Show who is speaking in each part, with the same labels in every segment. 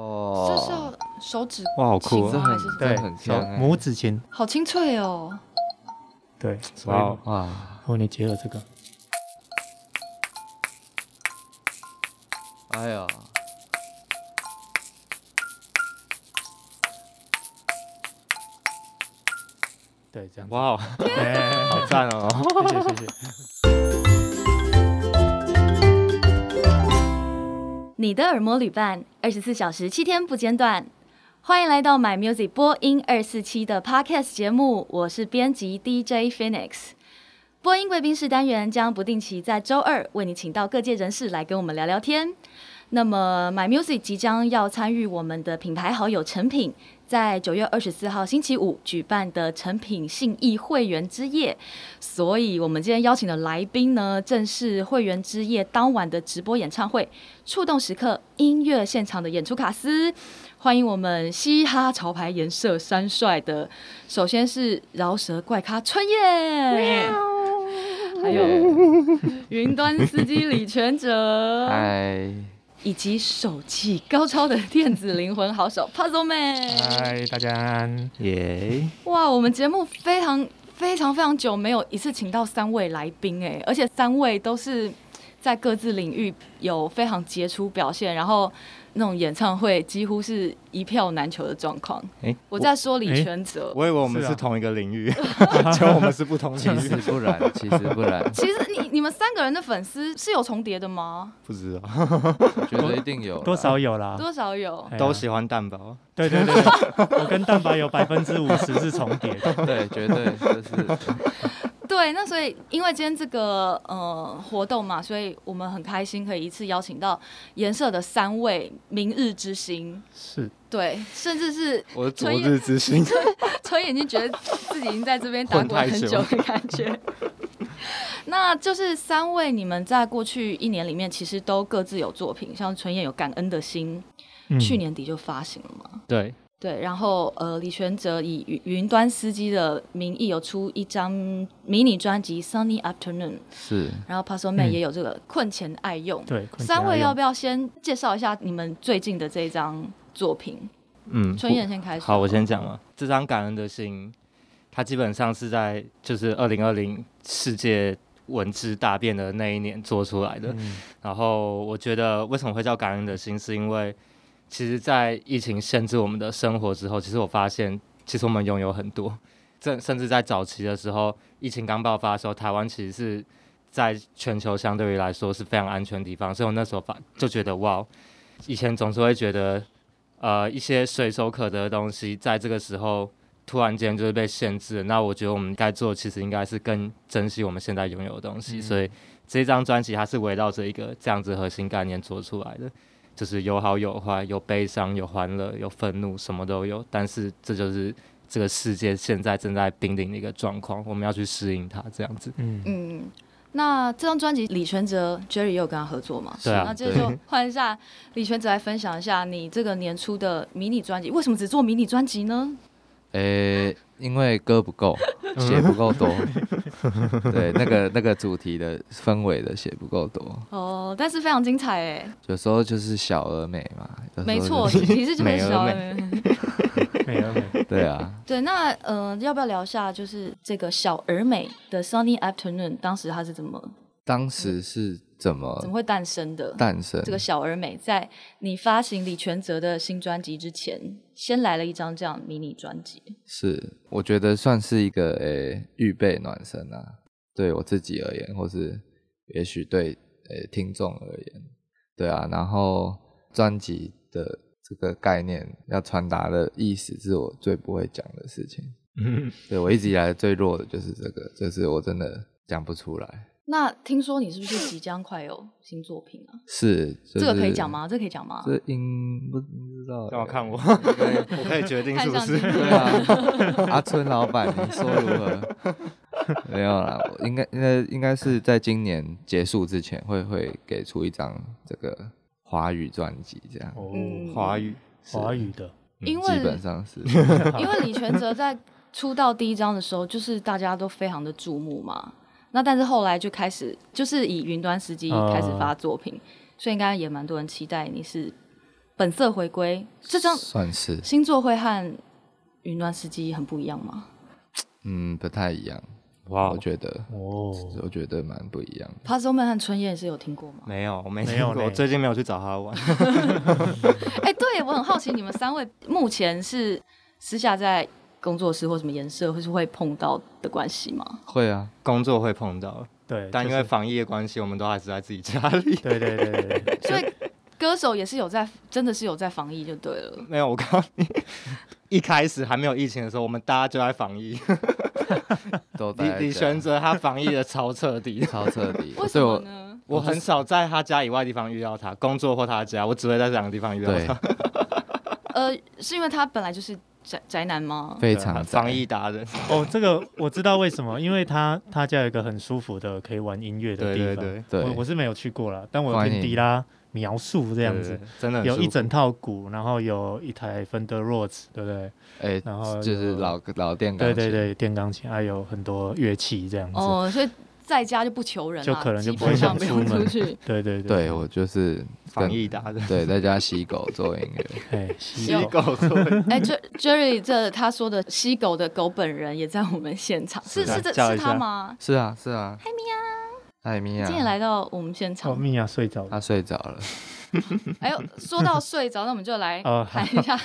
Speaker 1: 是要手指
Speaker 2: 哇，
Speaker 3: 啊
Speaker 2: 好
Speaker 1: 轻
Speaker 2: 酷
Speaker 1: 吗
Speaker 2: 哦！
Speaker 1: 还是什么
Speaker 4: 啊
Speaker 5: 真
Speaker 4: 对
Speaker 5: 的哦很
Speaker 4: 手
Speaker 5: 强欸
Speaker 4: 拇指琴，
Speaker 1: 好清脆哦。
Speaker 4: 对，所以
Speaker 2: 哇哦，
Speaker 5: 哇
Speaker 4: 如果你结合这个，
Speaker 5: 哎呀，
Speaker 4: 对，这样子，
Speaker 2: 哇哦，
Speaker 4: 哎
Speaker 2: 好赞哦！
Speaker 4: 谢谢谢谢。
Speaker 3: 你的耳膜旅伴，二十四小时七天不间断。欢迎来到 My Music 播音二四七的 Podcast 节目，我是编辑 DJ Phoenix。播音贵宾室单元将不定期在周二为你请到各界人士来跟我们聊聊天。那么 My Music 即将要参与我们的品牌好友成品在九月二十四号星期五举办的成品信义会员之夜，所以我们今天邀请的来宾呢，正是会员之夜当晚的直播演唱会。触动时刻音乐现场的演出卡司，欢迎我们嘻哈潮牌颜色三帅的，首先是饶舌怪咖春燕，还有云端司机李全哲，
Speaker 5: 哎，
Speaker 3: 以及手气高超的电子灵魂好手 Puzzle Man。
Speaker 4: 嗨，大家安，
Speaker 2: 耶，
Speaker 3: 哇，我们节目非常非常非常久没有一次请到三位来宾哎，而且三位都是在各自领域有非常杰出表现，然后那种演唱会几乎是一票难求的状况。
Speaker 2: 哎，
Speaker 3: 我在说李全哲，
Speaker 2: 我以为我们
Speaker 4: 是啊
Speaker 2: 是同一个领域，结果我们是不同
Speaker 5: 其
Speaker 2: 领域
Speaker 5: 实，不然，其实不然，
Speaker 3: 其实你你们三个人的粉丝是有重叠的 吗？
Speaker 2: 不知道，
Speaker 5: 我觉得一定有啦啊
Speaker 4: 多少有
Speaker 2: 啊
Speaker 4: 啦，
Speaker 3: 多少有？
Speaker 4: 哎呀
Speaker 2: 都喜欢蛋堡，
Speaker 4: 对对对，我跟蛋白有百分之五十是重叠的，
Speaker 5: 对，绝对就是
Speaker 3: 对，那所以因为今天这个呃活动嘛，所以我们很开心可以一次邀请到颜色的三位明日之星，
Speaker 4: 是
Speaker 3: 对，甚至是
Speaker 2: 我是昨日之星，
Speaker 3: 春眼已经觉得自己已经在这边打滚很久的感觉。 那就是三位，你们在过去一年里面其实都各自有作品，像春燕有《感恩的心》
Speaker 4: 嗯
Speaker 3: 去年底就发行了嘛。
Speaker 2: 对，
Speaker 3: 对，然后呃，李玄哲以云云端司机的名义有出一张迷你专辑《Sunny Afternoon》，
Speaker 5: 是
Speaker 3: 然后 Puzzle Man
Speaker 4: 嗯
Speaker 3: 也有这个《困前爱用》
Speaker 4: 对，
Speaker 3: 三位要不
Speaker 4: 要？
Speaker 3: 要先介绍一下你们最近的这一张作品？
Speaker 2: 嗯，
Speaker 3: 春燕先开始。
Speaker 2: 好，我先讲。嘛。这张《感恩的心》，它基本上是在就是二零二零世界文字大变的那一年做出来的。
Speaker 4: 嗯
Speaker 2: 然后我觉得为什么会叫《感恩的心》，是因为其实，在疫情限制我们的生活之后，其实我发现，其实我们拥有很多。甚甚至在早期的时候，疫情刚爆发的时候，台湾其实是在全球相对于来说是非常安全的地方，所以我那时候发就觉得哇，以前总是会觉得，呃，一些随手可得的东西，在这个时候突然间就是被限制了。那我觉得我们该做，其实应该是更珍惜我们现在拥有的东
Speaker 4: 嗯
Speaker 2: 西。所以这张专辑它是围绕着一个这样子核心概念做出来的。就是有好有坏，有悲伤，有欢乐，有愤怒，什么都有。但是这就是这个世界现在正在濒临的一个状况，我们要去适应它，这 样子。
Speaker 4: 嗯，
Speaker 3: 嗯，那这张专辑李全哲 Jerry 也有跟他合作嘛？
Speaker 2: 对啊
Speaker 3: 那这就换一下李全哲来分享一下你这个年初的迷你专辑，为什么只做迷你专辑呢？
Speaker 5: 诶，因为歌不够，
Speaker 2: 嗯
Speaker 5: 写不 够多，对，那个那个主题的氛围的写不够多，
Speaker 3: 哦，但是非常精彩哎，
Speaker 5: 有时候就是小而美嘛，有时候
Speaker 3: 没错，
Speaker 5: 就是
Speaker 3: 其实就是
Speaker 5: 美
Speaker 3: 小
Speaker 5: 而美
Speaker 3: 而美。
Speaker 4: 没有没 有，
Speaker 5: 对啊，
Speaker 3: 对，那呃，要不要聊一下就是这个小而美的 Sunny Afternoon，当时它是怎么
Speaker 5: 当时是怎么
Speaker 3: 怎么会诞生的？
Speaker 5: 哦诞生
Speaker 3: 这个小而美在你发行李全哲的新专辑之前，先来了一张这样迷你专辑。
Speaker 5: 是，我觉得算是一个诶、预备暖身啊，对我自己而言，或是也许对诶、听众而言，对啊。然后专辑的这个概念要传达的意思是我最不会讲的事情，对我一直以来最弱的就是这个，就是我真的讲不出来。
Speaker 3: 那听说你是不是即将快有新作品啊？
Speaker 5: 是，就
Speaker 3: 这个可以
Speaker 5: 是
Speaker 3: 讲？吗？这个可以讲吗？
Speaker 5: 这应不不知道欸，
Speaker 2: 让我看我，
Speaker 5: 应该
Speaker 2: 我可以决定
Speaker 3: 看
Speaker 2: 是不
Speaker 3: 相机
Speaker 2: 是？
Speaker 5: 对啊， 阿春老板，你说如何？没有啦，我应该应该应该是在今年结束之前会会给出一张这个华语专辑，这样、
Speaker 4: 哦，
Speaker 3: 嗯
Speaker 2: 华语
Speaker 4: 华语的，
Speaker 3: 因为
Speaker 5: 嗯基本上是
Speaker 3: 因为李全哲在出道第一张的时候，就是大家都非常的注目嘛。那但是后来就开始就是以云端司机开始发作品，所以应该也蛮多人期待你是本色回归， 这 张
Speaker 5: 算是
Speaker 3: 星座会和云端司机很不一样吗
Speaker 5: 嗯不太一样，
Speaker 2: 哇
Speaker 5: 我觉得
Speaker 4: 哦，
Speaker 5: 我觉得蛮不一样的。
Speaker 3: ？Puzzle Man 和春燕也是有听过吗？
Speaker 2: 没有，我没
Speaker 4: 没
Speaker 2: 听
Speaker 4: 有
Speaker 2: 过，
Speaker 4: 嘞
Speaker 2: 我最近没有去找他玩。
Speaker 3: 哎、对我很好奇，你们三位目前是私下在工作室或什么颜色，或是会碰到的关系吗？
Speaker 5: 会啊，
Speaker 2: 工作会碰到，
Speaker 4: 对，
Speaker 2: 但因
Speaker 4: 就
Speaker 2: 为
Speaker 4: 是
Speaker 2: 防疫的关系，我们都还是在自己家里。
Speaker 4: 对对对对对，
Speaker 3: 所以歌手也是有在，真的是有在防疫就对了。，
Speaker 2: 没有，我告诉你，一开始还没有疫情的时候，我们大家就在防疫。
Speaker 5: 都
Speaker 2: 李
Speaker 5: 待在
Speaker 2: 李
Speaker 5: 家，
Speaker 2: 玄哲他防疫的超彻底
Speaker 5: 超彻底
Speaker 3: 为什
Speaker 5: 对
Speaker 3: 么
Speaker 5: 我
Speaker 3: 呢？
Speaker 2: 我很少在他家以外的地方遇到他，工作或他家，我只会在这两个地方遇到
Speaker 5: 对
Speaker 2: 他。
Speaker 3: 呃，是因为他本来就是宅宅男吗？
Speaker 5: 非常宅
Speaker 2: 防疫达人，
Speaker 4: 哦，这个我知道为什么，因为他他家有一个很舒服的可以玩音乐的
Speaker 2: 对
Speaker 4: 地
Speaker 2: 对
Speaker 4: 方。
Speaker 2: 对，
Speaker 5: 对
Speaker 4: 我我是没有去过了，但我有
Speaker 5: 欢
Speaker 4: 听
Speaker 5: 迎
Speaker 4: 迪拉描述这
Speaker 2: 这
Speaker 4: 样子，
Speaker 2: 真的
Speaker 5: 嗯
Speaker 2: 很
Speaker 4: 有一
Speaker 2: 舒服
Speaker 4: 整套鼓，然后有一台芬德 Rhodes，对不对？
Speaker 5: 哎，
Speaker 4: 然后
Speaker 5: 就是
Speaker 4: 有
Speaker 5: 老老电钢
Speaker 4: 对
Speaker 5: 琴，
Speaker 4: 对对，电钢琴，还有很多乐器这样子。
Speaker 3: 哦，所以在家就不求人啦，
Speaker 4: 就可能就
Speaker 3: 基
Speaker 4: 不
Speaker 3: 本
Speaker 4: 会
Speaker 3: 上
Speaker 4: 想
Speaker 3: 不
Speaker 4: 出
Speaker 3: 用
Speaker 4: 门
Speaker 3: 出 去。
Speaker 4: 对对
Speaker 5: 对，我就是
Speaker 2: 防
Speaker 5: 跟
Speaker 2: 疫达人。
Speaker 5: 对在家洗狗做音乐，
Speaker 4: 哎，吸
Speaker 3: 有
Speaker 4: 狗
Speaker 2: 狗作为
Speaker 3: 哎、j e r r y 这他说的吸狗的狗本人也在我们现场，是
Speaker 2: 是
Speaker 3: 是
Speaker 2: 啊
Speaker 3: 这
Speaker 2: 叫
Speaker 3: 是
Speaker 2: 一
Speaker 3: 他
Speaker 2: 下
Speaker 3: 吗？
Speaker 5: 是啊是啊，嗨米娅，
Speaker 3: 今
Speaker 5: 嗨
Speaker 3: 天
Speaker 5: 米娅，
Speaker 3: 来到我们现场
Speaker 4: 哦，，米娅睡着了
Speaker 5: 他。睡着了，
Speaker 3: 哎呦，说到睡着，那我们就来
Speaker 4: 哦
Speaker 3: 谈一下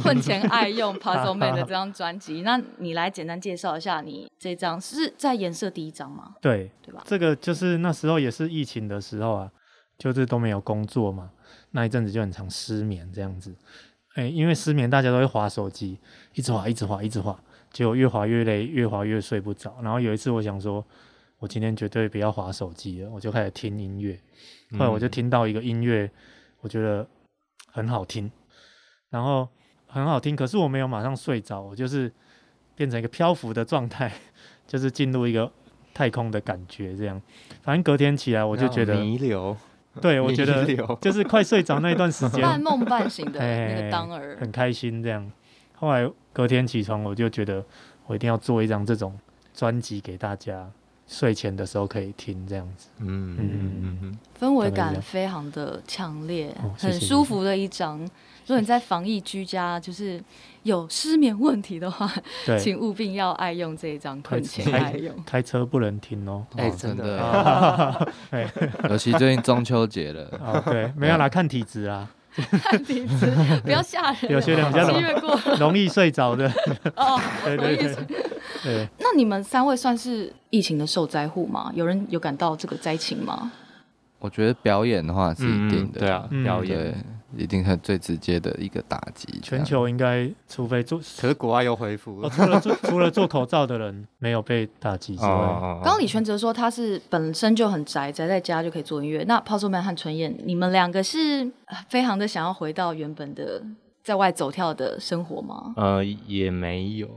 Speaker 3: 婚前爱 用 Puzzle Man 的这张专辑。那你来简单介绍一下你这张是在颜色第一张 吗？
Speaker 4: 对，
Speaker 3: 对吧？
Speaker 4: 这个就是那时候也是疫情的时候啊，就是都没有工作嘛，那一阵子就很常失眠这样子。哎，因为失眠大家都会划手机，一直划，一直划，一直划，结果越划越累，越划越睡不着。然后有一次我想说，我今天绝对不要划手机了，我就开始听音乐。后来我就听到一个音乐，我觉得很好听，然后很好听，可是我没有马上睡着，我就是变成一个漂浮的状态， 就是进入一个太空的感觉这样。反正隔天起来，我就觉得，
Speaker 2: 弥留，
Speaker 4: 对我觉得
Speaker 2: 弥留
Speaker 4: 就是快睡着那一段时
Speaker 3: 半
Speaker 4: 间
Speaker 3: 梦半 醒的那个
Speaker 4: 哎
Speaker 3: 当儿，
Speaker 4: 很开心这样。后来隔天起床，我就觉得我一定要做一张这种专辑给大家，睡前的时候可以听这样子。
Speaker 2: 嗯
Speaker 4: 嗯
Speaker 2: 嗯嗯
Speaker 3: 氛围
Speaker 4: 大概是这
Speaker 3: 感
Speaker 4: 样
Speaker 3: 非常的强烈，
Speaker 4: 哦谢谢
Speaker 3: 很舒服的一张。如果你在防疫居家，就是有失眠问题的话，
Speaker 4: 对，哎
Speaker 3: 请务必要爱用这一张困前
Speaker 4: 快
Speaker 3: 爱用。
Speaker 4: 开车不能停哦。
Speaker 2: 哎
Speaker 5: 哦真
Speaker 2: 真的
Speaker 5: 的，
Speaker 4: 哎，
Speaker 5: 尤其最近中秋节了，
Speaker 4: 哦，对， 没有啦，看体质啊，
Speaker 3: 笛子不要吓人了，啊
Speaker 4: 有些人比较
Speaker 3: 七
Speaker 4: 容
Speaker 3: 月过了
Speaker 4: 容易睡着 的。
Speaker 3: 哦。
Speaker 4: 对对对对，
Speaker 3: 那你们三位算是疫情的受灾户吗？有人有感到这个灾情吗？
Speaker 5: 我觉得表演的话是一
Speaker 2: 嗯
Speaker 5: 定
Speaker 2: 对
Speaker 5: 的，
Speaker 2: 啊，
Speaker 4: 嗯
Speaker 2: 表
Speaker 5: 对
Speaker 2: 演。，
Speaker 5: 一定是最直接的一个打击，这
Speaker 4: 全
Speaker 5: 样
Speaker 4: 球应该除非做，
Speaker 2: 可是国外又恢复
Speaker 4: 哦，
Speaker 2: 了。
Speaker 4: 除了做除了做口罩的人没有被打击之外，
Speaker 2: 哦
Speaker 3: 刚刚李全哲说他是本身就很宅，宅在家就可以做音乐。那 Puzzle Man 和纯燕，你们两个是呃非常的想要回到原本的在外走跳的生活吗？
Speaker 2: 呃，也没有，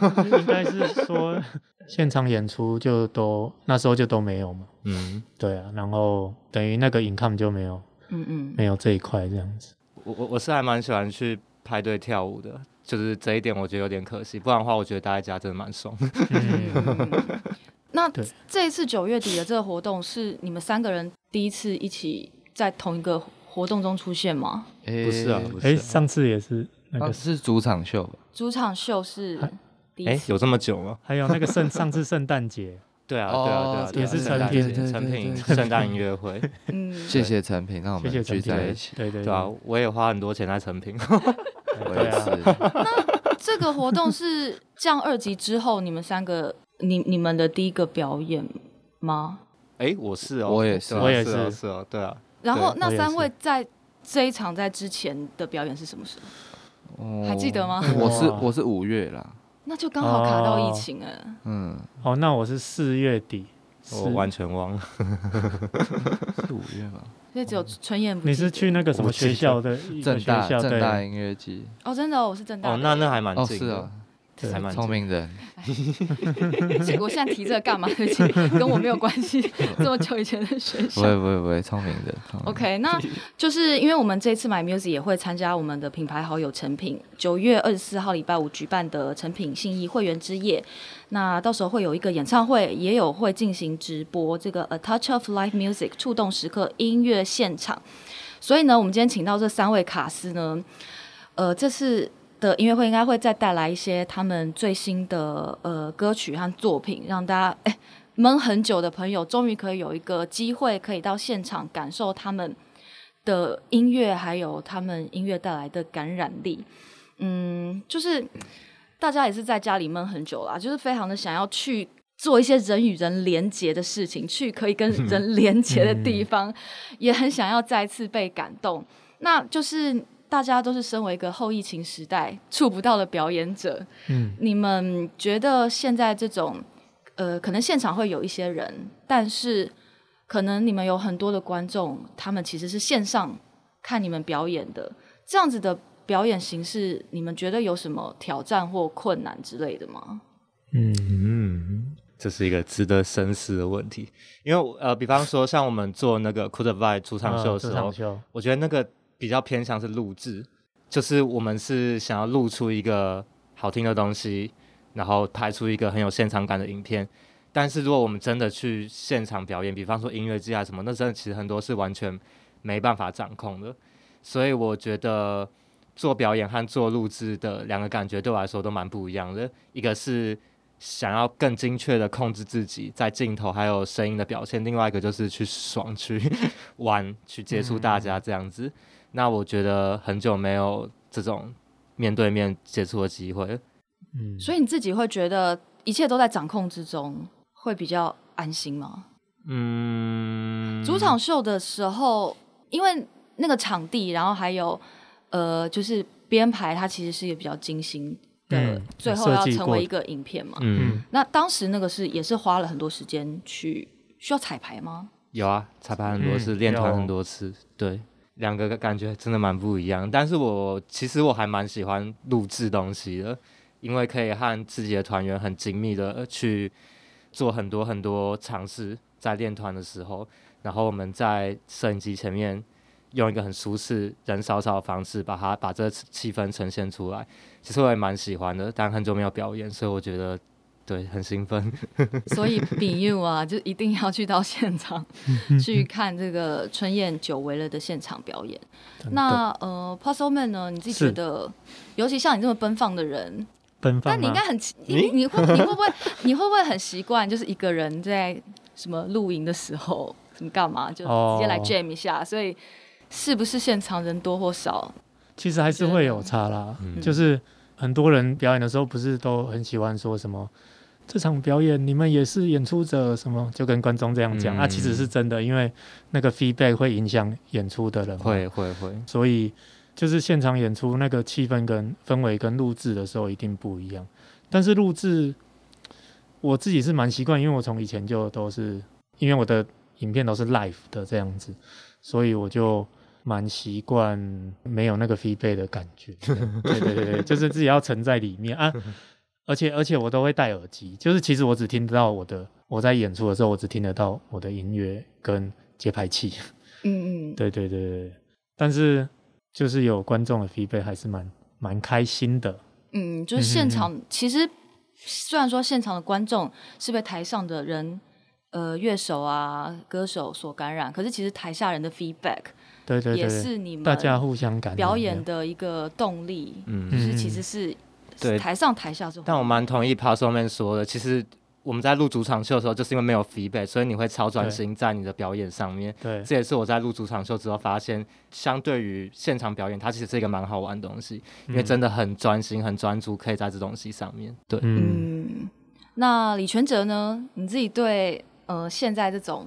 Speaker 4: 应该是说现场演出就都那时候就都没有嘛。
Speaker 2: 嗯，
Speaker 4: 对啊，然后等于那个 income 就没有
Speaker 3: 嗯嗯，
Speaker 4: 没有这一块这样子。
Speaker 2: 我我我是还蛮喜欢去派对跳舞的，就是这一点我觉得有点可惜，不然的话我觉得待在家真的蛮爽。
Speaker 3: 嗯那
Speaker 4: 对
Speaker 3: 这一次九月底的这个活动是你们三个人第一次一起在同一个活动中出现吗？
Speaker 5: 哎
Speaker 2: 不是啊，不
Speaker 4: 哎，
Speaker 2: 是啊，
Speaker 4: 上次也是那
Speaker 5: 啊
Speaker 4: 个，
Speaker 5: 是主场秀吧？
Speaker 3: 主场秀是第一
Speaker 2: 哎，
Speaker 3: 次，
Speaker 2: 有这么久吗？
Speaker 4: 还有那个圣上次圣诞节，
Speaker 2: 对啊，
Speaker 5: 哦
Speaker 2: 对啊，对啊，对啊
Speaker 4: 也是
Speaker 2: 圣诞
Speaker 4: 成品
Speaker 2: 节
Speaker 5: 对对
Speaker 2: 成
Speaker 5: 对
Speaker 2: 品
Speaker 5: 对
Speaker 2: 圣诞音 乐会，
Speaker 3: 嗯，
Speaker 5: 谢谢陈平，让我
Speaker 4: 谢谢
Speaker 5: 们
Speaker 4: 陈
Speaker 5: 聚
Speaker 4: 平
Speaker 5: 在一起，，
Speaker 4: 对对
Speaker 2: 对啊，我也花很多钱在成品，
Speaker 5: 我
Speaker 4: 对
Speaker 5: 也
Speaker 4: 啊，
Speaker 5: 是，
Speaker 3: 这个活动是降二级之后你们三个你你们的第一个表演吗？
Speaker 2: 哎，我是哦，
Speaker 5: 我也是
Speaker 2: 对啊
Speaker 4: 我也
Speaker 2: 是哦，
Speaker 4: 是
Speaker 2: 是哦，对啊，
Speaker 3: 然后
Speaker 2: 对
Speaker 3: 那
Speaker 4: 我也
Speaker 3: 三位
Speaker 4: 是
Speaker 3: 在这一场在之前的表演是什么时候？
Speaker 5: 哦
Speaker 3: 还记得吗
Speaker 5: 我是
Speaker 4: 哇
Speaker 5: 我是五月啦，
Speaker 3: 那就刚好卡到
Speaker 4: 哦
Speaker 3: 疫情哎、
Speaker 5: 嗯，
Speaker 4: 哦，那我是四月底，
Speaker 2: 我
Speaker 4: 是
Speaker 2: 完全忘了，
Speaker 5: 是五月吧？
Speaker 3: 所以只有春燕不
Speaker 4: 你
Speaker 3: 记得
Speaker 4: 是去那个什么学校的一个
Speaker 5: 正
Speaker 4: 学
Speaker 5: 大
Speaker 4: 校？
Speaker 5: 正大
Speaker 4: 对，啊
Speaker 5: 音乐季，
Speaker 3: 哦，真的哦、我是正大的
Speaker 2: 哦，那那还蛮
Speaker 5: 哦
Speaker 2: 近
Speaker 5: 是
Speaker 2: 的
Speaker 5: 啊，，
Speaker 4: 对
Speaker 2: 还蛮
Speaker 5: 聪
Speaker 2: 近
Speaker 5: 明人，
Speaker 3: 我现在提这个干嘛？对不起，跟我没有关 系。这么久以前的学
Speaker 5: 不
Speaker 4: 啊
Speaker 3: 校。
Speaker 5: 会不会不会，聪明人。嗯聪明人
Speaker 3: OK，那就是因为我们这次买 Music 也会参加我们的品牌好友成品九月二十四号礼拜五举办的成品信义会员之夜，那到时候会有一个演唱会，也有会进行直播这个 A Touch of Live Music 触动时刻音乐现场。所以呢，我们今天请到这三位卡司呢，呃，这次的音乐会应该会再带来一些他们最新的呃歌曲和作品，让大家哎闷很久的朋友，终于可以有一个机会可以到现场感受他们的音乐，还有他们音乐带来的感染力。嗯，就是大家也是在家里闷很久啦，就是非常的想要去做一些人与人连接的事情，去可以跟人连接的地方，也很想要再次被感动。那就是大家都是身为一个后疫情时代触不到的表演者，
Speaker 4: 嗯，
Speaker 3: 你们觉得现在这种呃，可能现场会有一些人，但是可能你们有很多的观众，他们其实是线上看你们表演的，这样子的表演形式，你们觉得有什么挑战或困难之类的吗？
Speaker 4: 嗯
Speaker 2: 嗯，这是一个值得深思的问题，因为我呃，比方说像我们做那个 Cool Vibe 出场秀的时
Speaker 4: 这
Speaker 2: 候
Speaker 4: 嗯场，秀，
Speaker 2: 我觉得那个比较偏向是录制，就是我们是想要录出一个好听的东西，然后拍出一个很有现场感的影片。但是如果我们真的去现场表演，比方说音乐季啊什么，那真的其实很多是完全没办法掌控的。所以我觉得做表演和做录制的两个感觉对我来说都蛮不一样的。一个是想要更精确的控制自己在镜头还有声音的表现，另外一个就是去爽去玩去接触大家这样子。那我觉得很久没有这种面对面接触的机会。
Speaker 4: 嗯，
Speaker 3: 所以你自己会觉得一切都在掌控之中，会比较安心吗？
Speaker 2: 嗯，
Speaker 3: 主场秀的时候，因为那个场地，然后还有呃，就是编排，它其实是一个比较精心的，
Speaker 4: 嗯
Speaker 3: 最后要
Speaker 4: 设计
Speaker 3: 成
Speaker 4: 过
Speaker 3: 为
Speaker 4: 的
Speaker 3: 一个影片嘛。
Speaker 2: 嗯
Speaker 4: 嗯
Speaker 3: 那当时那个是也是花了很多时间去，需要彩排 吗？
Speaker 2: 有啊，彩排很多次，
Speaker 4: 嗯
Speaker 2: 练团
Speaker 4: 有
Speaker 2: 很多次，对，两个感觉真的蛮不一样。但是我其实我还蛮喜欢录制东西的，因为可以和自己的团员很紧密的去做很多很多尝试，在练团的时候，然后我们在摄影机前面用一个很舒适、人少少的方式，把它把这个气氛呈现出来。其实我也蛮喜欢的，但很久没有表演，所以我觉得对很兴奋。
Speaker 3: 所以 b e y o u 啊，就一定要去到现 场去看这个春燕久违了的现场表演。
Speaker 4: 真的
Speaker 3: 那呃 p u z z l Man 呢？你自己
Speaker 4: 嗯
Speaker 3: 觉
Speaker 4: 是
Speaker 3: 得，尤其像你这么奔放的人，
Speaker 4: 奔放、啊，
Speaker 3: 但你应该很奇，你你会你会不 会你会不会很习惯，就是一个人在什么露营的时候，什么干嘛就
Speaker 4: 哦
Speaker 3: 直接来 jam 一下？所以是不是现场人多或少？
Speaker 4: 其实还是会有差啦，就是很多人表演的时候，不是都很喜欢说什么这场表演你们也是演出者什么，就跟观众这样讲、
Speaker 2: 嗯
Speaker 4: 啊，其实是真的，因为那个 feedback 会影响演出的人嘛，
Speaker 2: 会会会，
Speaker 4: 所以就是现场演出那个气氛跟氛围跟录制的时候一定不一样。但是录制我自己是蛮习惯，因为我从以前就都是因为我的影片都是 live 的这样子，所以我就蛮习惯没有那个 feedback 的感觉。对对对对，就是自己要沉在里面啊。而且而且我都会戴耳机，就是其实我只听得到我的我在演出的时候，我只听得到我的音乐跟节拍器。
Speaker 3: 嗯嗯，
Speaker 4: 对对对对，对但是就是有观众的 feedback 还是蛮蛮开心的。
Speaker 3: 嗯，就是现场、其实虽然说现场的观众是被台上的人。呃，乐手啊，歌手所感染，可是其实台下人的 feedback
Speaker 4: 对对对，
Speaker 3: 也
Speaker 4: 对
Speaker 3: 是你们
Speaker 4: 大家互相感染
Speaker 3: 表演
Speaker 4: 的
Speaker 3: 的一个动力，
Speaker 2: 嗯
Speaker 3: 就是其实是
Speaker 2: 对
Speaker 3: 台上台下是，
Speaker 2: 但我蛮同意 p a s o Man 说的，其实我们在录主场秀的时候，就是因为没有 feedback，所以你会超专心在你的表演上面。
Speaker 4: 对，
Speaker 2: 这也是我在录主场秀之后发现，相对于现场表演，它其实是一个蛮好玩的东西，因为真的很专心、很专注，可以在这东西上面。对，
Speaker 4: 嗯，
Speaker 3: 嗯，那李全哲呢？你自己对呃现在这种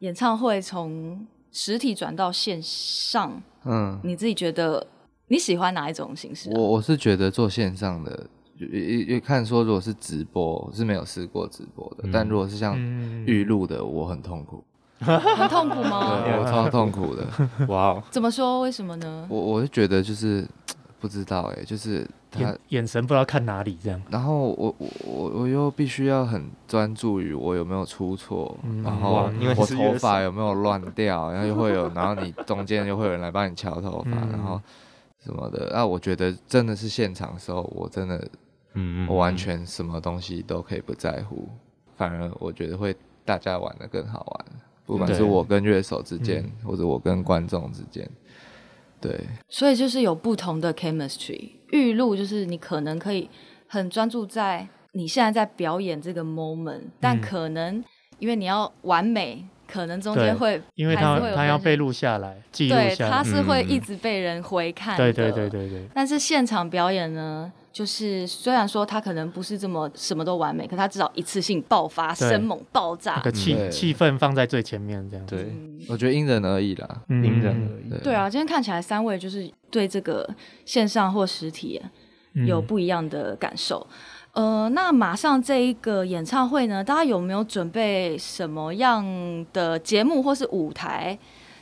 Speaker 3: 演唱会从实体转到线上，
Speaker 5: 嗯，
Speaker 3: 你自己觉得你喜欢哪一种形式啊、
Speaker 5: 我我是觉得做线上的，也也看说如果是直播，我是没有试过直播的，但如果是像
Speaker 4: 嗯
Speaker 5: 预录的，我很痛苦，
Speaker 3: 很痛苦
Speaker 5: 对
Speaker 2: 哦
Speaker 3: 吗？
Speaker 5: 我 超痛苦的。
Speaker 2: 哇哦，
Speaker 3: 怎么说？为什么呢？
Speaker 5: 我我是觉得就是不知道哎、就是他
Speaker 4: 眼，眼神不知道看哪里这样。
Speaker 5: 然后我我我我又必须要很专注于我有没有出错，然后
Speaker 2: 嗯哇因为
Speaker 5: 我
Speaker 2: 是
Speaker 5: 头
Speaker 2: 乐
Speaker 5: 发有没有乱掉，然后又会有，然后你中间又会有人来帮你敲头发，
Speaker 4: 嗯
Speaker 5: 然后什么的。那、我觉得真的是现场的时候，我真的
Speaker 2: 嗯
Speaker 5: 我完全什么东西都可以不在乎，反而我觉得会大家玩的更好玩。不管是
Speaker 2: 对嗯
Speaker 5: 我跟乐手之间，或者我跟观众之间，对
Speaker 3: 所以就是有不同的 chemistry。预录就是你可能可以很专注在你现在在表演这个 moment，但
Speaker 4: 嗯
Speaker 3: 可能因为你要完美，可能中间
Speaker 4: 对
Speaker 3: 会
Speaker 4: 因为
Speaker 3: 还
Speaker 4: 他
Speaker 3: 是会有
Speaker 4: 他要
Speaker 3: 分
Speaker 4: 被录下来、记录
Speaker 3: 对，
Speaker 4: 下
Speaker 3: 它
Speaker 4: 来，
Speaker 3: 是会
Speaker 2: 嗯
Speaker 3: 一直被人回看的。
Speaker 4: 对对对对对，
Speaker 3: 但是现场表演呢，就是虽然说它可能不是这么什么都完美，可它至少一次性爆发、
Speaker 4: 对
Speaker 3: 生猛爆炸
Speaker 4: 那。个气
Speaker 5: 对
Speaker 4: 气氛放在最前面这样子，
Speaker 2: 对，
Speaker 5: 我觉得因人而异啦。
Speaker 4: 嗯
Speaker 2: 因人而异。
Speaker 5: 对
Speaker 3: 对啊，今天看起来三位就是对这个线上或实体
Speaker 4: 嗯
Speaker 3: 有不一样的感受。呃，那马上这一个演唱会呢，大家有没有准备什么样的节目或是舞台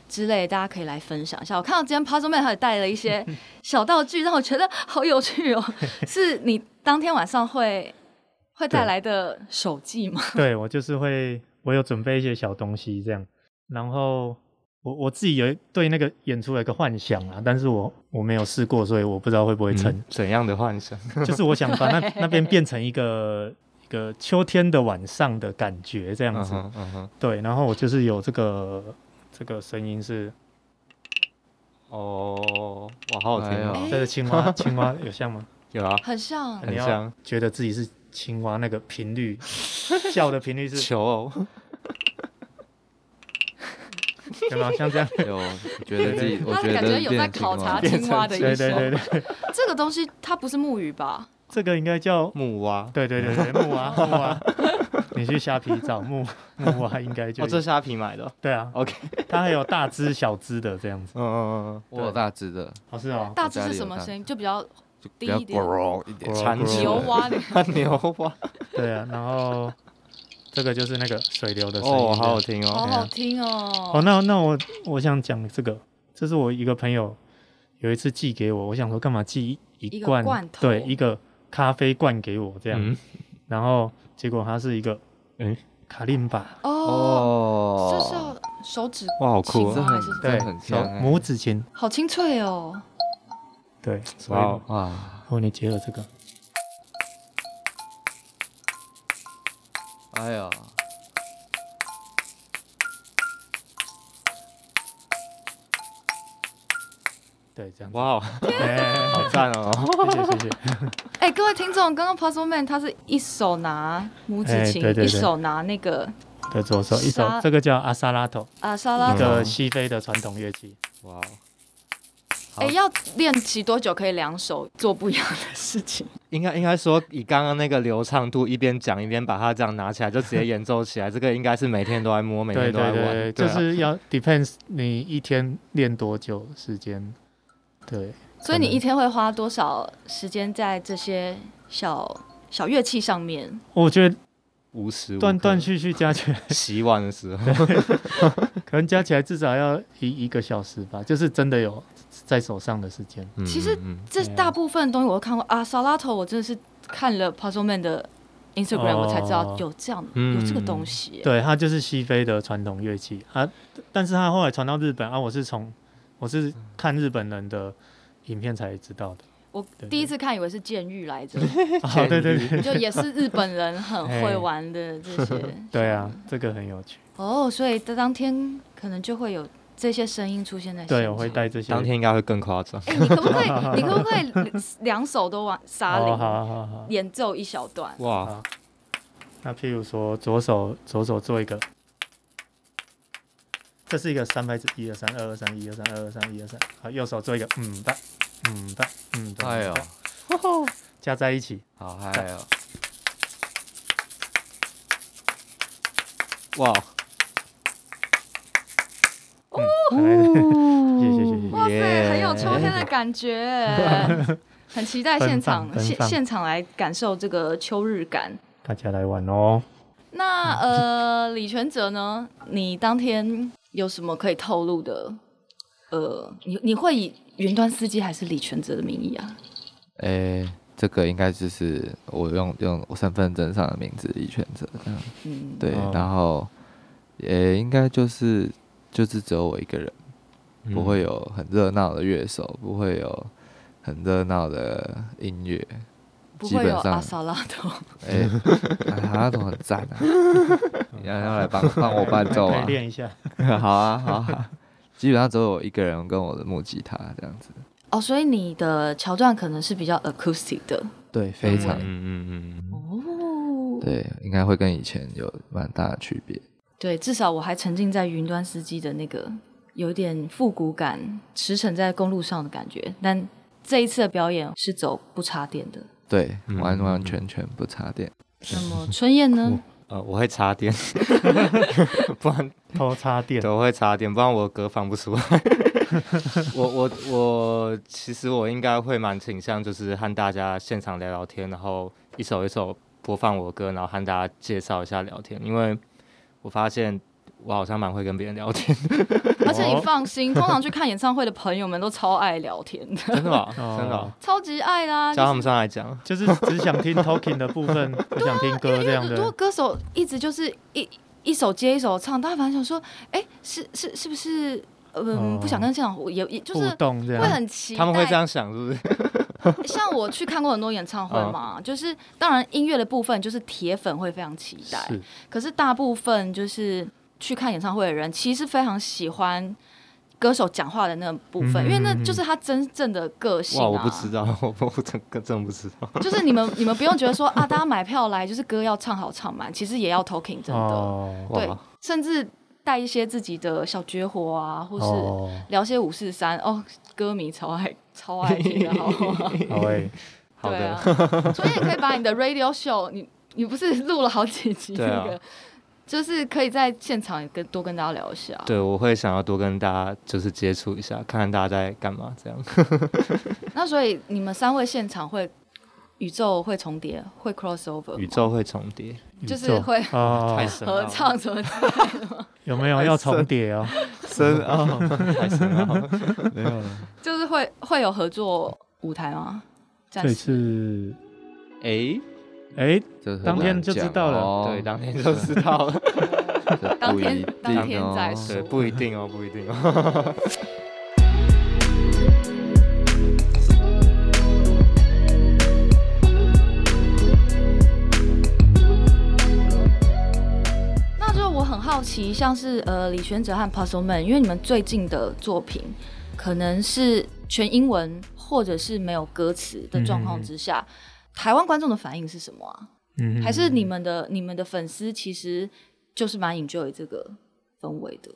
Speaker 3: 之类？大家可以来分享一下。我看到今天 Puzzle Man 还有带了 一些小道具，让我觉得好有趣哦。是你当天晚上会会带
Speaker 4: 对
Speaker 3: 来的手记吗？
Speaker 4: 对我就是会，我有准备一些小东西这样，然后我我自己有一对那个演出有一个幻想啊，但是我我没有试过，所以我不知道会不会成
Speaker 2: 嗯。怎样的幻想？
Speaker 4: 就是我想把那那边变成一个一个秋天的晚上的感觉这样
Speaker 2: 嗯
Speaker 4: 子，
Speaker 2: 哼嗯哼，
Speaker 4: 对，然后我就是有这个这个声音是，
Speaker 2: 哦，哇，好好听
Speaker 5: 哎
Speaker 2: 哦
Speaker 5: 呦，
Speaker 4: 这是青蛙青蛙有像吗？
Speaker 2: 有啊，
Speaker 3: 很像
Speaker 2: 很
Speaker 4: 你要
Speaker 2: 像
Speaker 4: 觉得自己是青蛙那个 频率，叫的频率是
Speaker 2: 求偶，
Speaker 4: 有没有像 这样？
Speaker 5: 有，我觉得自己，我
Speaker 3: 他
Speaker 5: 觉
Speaker 3: 感
Speaker 5: 得
Speaker 3: 觉有在考察
Speaker 5: 变成
Speaker 3: 青蛙的意
Speaker 4: 对对
Speaker 3: 思。
Speaker 4: 对对，
Speaker 3: 这个东西它不是木鱼吧？
Speaker 4: 这个应该叫
Speaker 2: 木蛙。
Speaker 4: 对对对 对，木蛙木蛙，你去虾皮找木 木蛙应该就
Speaker 2: 哦，这是虾皮买的哦。
Speaker 4: 对啊，
Speaker 2: OK，
Speaker 4: 它还有大只小只的这样子。
Speaker 2: 嗯嗯嗯
Speaker 5: 我有大只的，
Speaker 4: 哦是哦，
Speaker 3: 大致
Speaker 5: 家
Speaker 3: 是
Speaker 5: 里有哦
Speaker 3: 什么
Speaker 5: 大
Speaker 3: 声音？就比较
Speaker 5: 就比
Speaker 3: 低
Speaker 5: 较
Speaker 3: 一点
Speaker 5: grow 一点，
Speaker 4: grow，
Speaker 2: 铲起来
Speaker 3: 牛蛙的。
Speaker 2: 嗯， 牛蛙。
Speaker 4: 对啊，然后这个就是那个水流的声音。
Speaker 2: 哦，好好听
Speaker 3: 好
Speaker 2: 哦。
Speaker 3: 好听哦！
Speaker 4: 哦，那那我我想讲这个，这是我一个朋友有一次寄给我，我想说干嘛寄一
Speaker 3: 一
Speaker 4: 一
Speaker 3: 个
Speaker 4: 罐
Speaker 3: 罐头
Speaker 4: 对一个咖啡罐给我这样，
Speaker 2: 嗯，
Speaker 4: 然后结果它是一个
Speaker 2: 诶
Speaker 4: 卡琳巴
Speaker 3: 哦，这是
Speaker 5: 哦，
Speaker 1: 要手指，
Speaker 2: 哇，好酷
Speaker 3: 青
Speaker 2: 哦。
Speaker 3: 蛙还是什么
Speaker 5: 这
Speaker 4: 对
Speaker 5: 很香哎
Speaker 4: 拇指琴
Speaker 1: 好清脆哦。
Speaker 4: 对，所以
Speaker 2: 哇哦，
Speaker 5: 哇
Speaker 4: 哦你结合这个
Speaker 5: 哎呀，
Speaker 4: 对这样子，
Speaker 2: 哇哦，
Speaker 4: 哎
Speaker 2: 好赞哦。
Speaker 4: 谢谢谢谢。
Speaker 3: 哎、各位听众，刚刚 Puzzle Man 他是一手拿拇指琴，
Speaker 4: 哎对对对
Speaker 3: 一手拿那个
Speaker 4: 的左手一首
Speaker 3: 沙，
Speaker 4: 这个叫阿萨拉头，
Speaker 3: 啊沙拉
Speaker 4: 一
Speaker 3: 头。
Speaker 2: 嗯
Speaker 4: 个西非的传统乐器。
Speaker 2: 哇哦，
Speaker 3: 哎、要练习多久可以两手做不一样的事情？
Speaker 4: 嗯
Speaker 2: 应该应该说，以刚刚那个流畅度，一边讲一边把它这样拿起来，就直接演奏起来。这个应该是每天都在摸，每
Speaker 4: 对
Speaker 2: 天都在
Speaker 4: 对
Speaker 2: 玩。
Speaker 4: 对，
Speaker 2: 对
Speaker 4: 就
Speaker 2: 啊
Speaker 4: 是要 depends 你一天练多久时间。对，
Speaker 3: 所以你一天会花多少时间在这些小小乐器上面？
Speaker 4: 我觉得
Speaker 2: 无时无
Speaker 4: 断
Speaker 2: 刻
Speaker 4: 断续续加 起来，
Speaker 2: 洗碗的时候，
Speaker 4: 可能加起来至少要一一个小时吧，就是真的有在手上的时间。
Speaker 2: 嗯
Speaker 3: 其实
Speaker 2: 嗯嗯
Speaker 3: 这
Speaker 4: 对啊
Speaker 3: 大部分东西我都看过啊，沙拉头我真的是看了 Puzzle Man 的 Instagram 我才知道
Speaker 4: 哦
Speaker 3: 有这样、
Speaker 2: 嗯
Speaker 3: 有这个东西、
Speaker 4: 对，它就是西非的传统乐器啊，但是它后来传到日本啊，我是从我是
Speaker 2: 嗯
Speaker 4: 看日本人的影片才知道的。
Speaker 3: 我
Speaker 4: 对
Speaker 3: 第一次看以为是监狱来着。
Speaker 4: 啊，对对对，。
Speaker 3: 就也是日本人很会玩的这些
Speaker 4: 对啊，这个很有趣。
Speaker 3: 哦，所以在当天可能就会有这些声音出现在现
Speaker 4: 对，
Speaker 3: 场
Speaker 4: 我会。带这些。
Speaker 2: 当天应该会更夸张。
Speaker 3: 哎、你可不 可以？你可不可以两手都玩沙
Speaker 4: 哦，好
Speaker 3: 铃，
Speaker 4: 好好好。
Speaker 3: 演奏一小段？
Speaker 2: 哇，
Speaker 4: 那譬如说，左手左手做一个，这是一个三拍子，一二三，二二三，一二三，二二三，一二三。好，右手做一个，嗯吧，嗯吧，嗯吧，
Speaker 5: 哎呦
Speaker 4: 嗯，吧 加在一起，
Speaker 5: 好嗨哦，
Speaker 2: 哇，
Speaker 4: 嗯，哎谢谢谢谢谢
Speaker 3: 哇塞，
Speaker 2: 耶
Speaker 3: 很有秋天的感觉， 很期待现场
Speaker 4: 奔放奔
Speaker 3: 现
Speaker 4: 放
Speaker 3: 现场来感受这个秋日感。
Speaker 4: 大家来玩哦。
Speaker 3: 那呃，李全哲呢？你当天有什么可以透露的？呃，你你会以云端司机还是李全哲的名义啊？
Speaker 5: 哎，这个应该就是我用用我身份证上的名字李全哲这样，
Speaker 3: 嗯，
Speaker 5: 对
Speaker 4: 哦，
Speaker 5: 然后也应该就是就是只有我一个人。不会有很热闹的乐手，不会有很热闹的音乐，
Speaker 3: 不
Speaker 5: 基
Speaker 3: 会
Speaker 5: 本
Speaker 3: 有阿
Speaker 5: 上
Speaker 3: 萨拉多。
Speaker 5: 哎，啊，都很赞啊！你要要来帮帮我伴奏
Speaker 4: 可以
Speaker 5: 啊？
Speaker 4: 练一下。
Speaker 5: 好啊，好啊。基本上只有我一个人跟我的木吉他这样子，
Speaker 3: 哦，所以你的桥段可能是比较 acoustic 的
Speaker 5: 对，非常、
Speaker 2: 嗯嗯嗯，
Speaker 3: 哦。
Speaker 5: 对，应该会跟以前有蛮大的区别。
Speaker 3: 对，至少我还沉浸在云端司机的那个有点复古感，驰骋在公路上的感觉。但这一次的表演是走不插电的。
Speaker 5: 对，
Speaker 2: 嗯
Speaker 5: 完
Speaker 2: 嗯
Speaker 5: 完
Speaker 2: 嗯
Speaker 5: 全全不插电。
Speaker 3: 那么春燕 呢？
Speaker 2: 呃，我会 插电， 不然
Speaker 4: 偷插电
Speaker 2: 对，，我会插电，不然我歌放不出 来。我我我，其实我应该会蛮倾向，就是和大家现场聊聊天，然后一首一首播放我的歌，然后和大家介绍一下聊天，因为我发现我好像蛮会跟别人聊天，
Speaker 3: 而且你放心，通常去看演唱会的朋友们都超爱聊天的，
Speaker 2: 真的吗？真的
Speaker 4: 哦
Speaker 2: 哦，
Speaker 3: 超级爱啦、
Speaker 2: 叫他
Speaker 3: 啊就是
Speaker 2: 们上来讲。
Speaker 4: 就是只想听 talking 的部分，不想听歌这样
Speaker 3: 很多
Speaker 4: 的。
Speaker 3: 歌手一直就是一一首接一首唱，大家反而想说，哎、是是是不是？嗯，
Speaker 4: 哦
Speaker 3: 不想跟现场互也也就
Speaker 4: 互
Speaker 3: 是
Speaker 4: 动这
Speaker 3: 会
Speaker 4: 样，
Speaker 3: 很期待。
Speaker 2: 哦啊他们会这样想，是不是？
Speaker 3: 像我去看过很多演唱
Speaker 2: 哦
Speaker 3: 会嘛，就是当然音乐的部分，就是铁粉会非常期待。
Speaker 4: 是
Speaker 3: 可是大部分就是去看演唱会的人，其实非常喜欢歌手讲话的那个部分，
Speaker 4: 嗯
Speaker 3: 因为那就是他真正的个性、啊。
Speaker 2: 哇，我不知道，我我真真不知道。
Speaker 3: 就是你们你们不用觉得说啊，大家买票来就是歌要唱好唱满，其实也要 talking 真的，
Speaker 4: 哦
Speaker 3: 对
Speaker 2: 哇，
Speaker 3: 甚至带一些自己的小绝活啊，或是
Speaker 4: 哦，
Speaker 3: 聊些五四三哦，歌迷超爱超爱听 的好吗？
Speaker 4: 好诶，
Speaker 2: 好
Speaker 3: 对
Speaker 2: 的，
Speaker 3: 啊，所以也可以把你的 radio show，你你不是录了好几集
Speaker 2: 对
Speaker 3: 那
Speaker 2: 啊
Speaker 3: 个，就是可以在现场也跟多跟大家聊一下。
Speaker 2: 对，我会想要多跟大家就是接触一下，看看大家在干嘛这样。
Speaker 3: 那所以你们三位现场会宇宙会重叠，会 crossover，
Speaker 2: 宇宙会重叠，
Speaker 4: 宇
Speaker 3: 就是
Speaker 4: 宙
Speaker 3: 会
Speaker 4: 哦
Speaker 2: 太，深奥
Speaker 3: 合
Speaker 2: 了，
Speaker 3: 唱什么之类的吗，
Speaker 4: 有没有要重叠 哦？
Speaker 2: 深奥，哦 太深奥了。
Speaker 5: 没有了。
Speaker 3: 就是会会有合作舞台吗？暂
Speaker 4: 这
Speaker 3: 时
Speaker 4: 次
Speaker 2: 哎，
Speaker 4: 哎，
Speaker 5: 就是
Speaker 4: 当天就知道了
Speaker 5: 哦
Speaker 2: 对，当天就知道了。
Speaker 3: 当天当天再说
Speaker 5: 说。
Speaker 2: 对，不一定哦，不一定哦。
Speaker 3: 那就我很好奇，像是呃李玄哲和 Puzzle Man，因为你们最近的作品可能是全英文或者是没有歌词的状况之下，台湾观众的反应是什么啊？
Speaker 4: 嗯
Speaker 3: 还是你们的你们的粉丝其实就是蛮 enjoy 这个氛围的？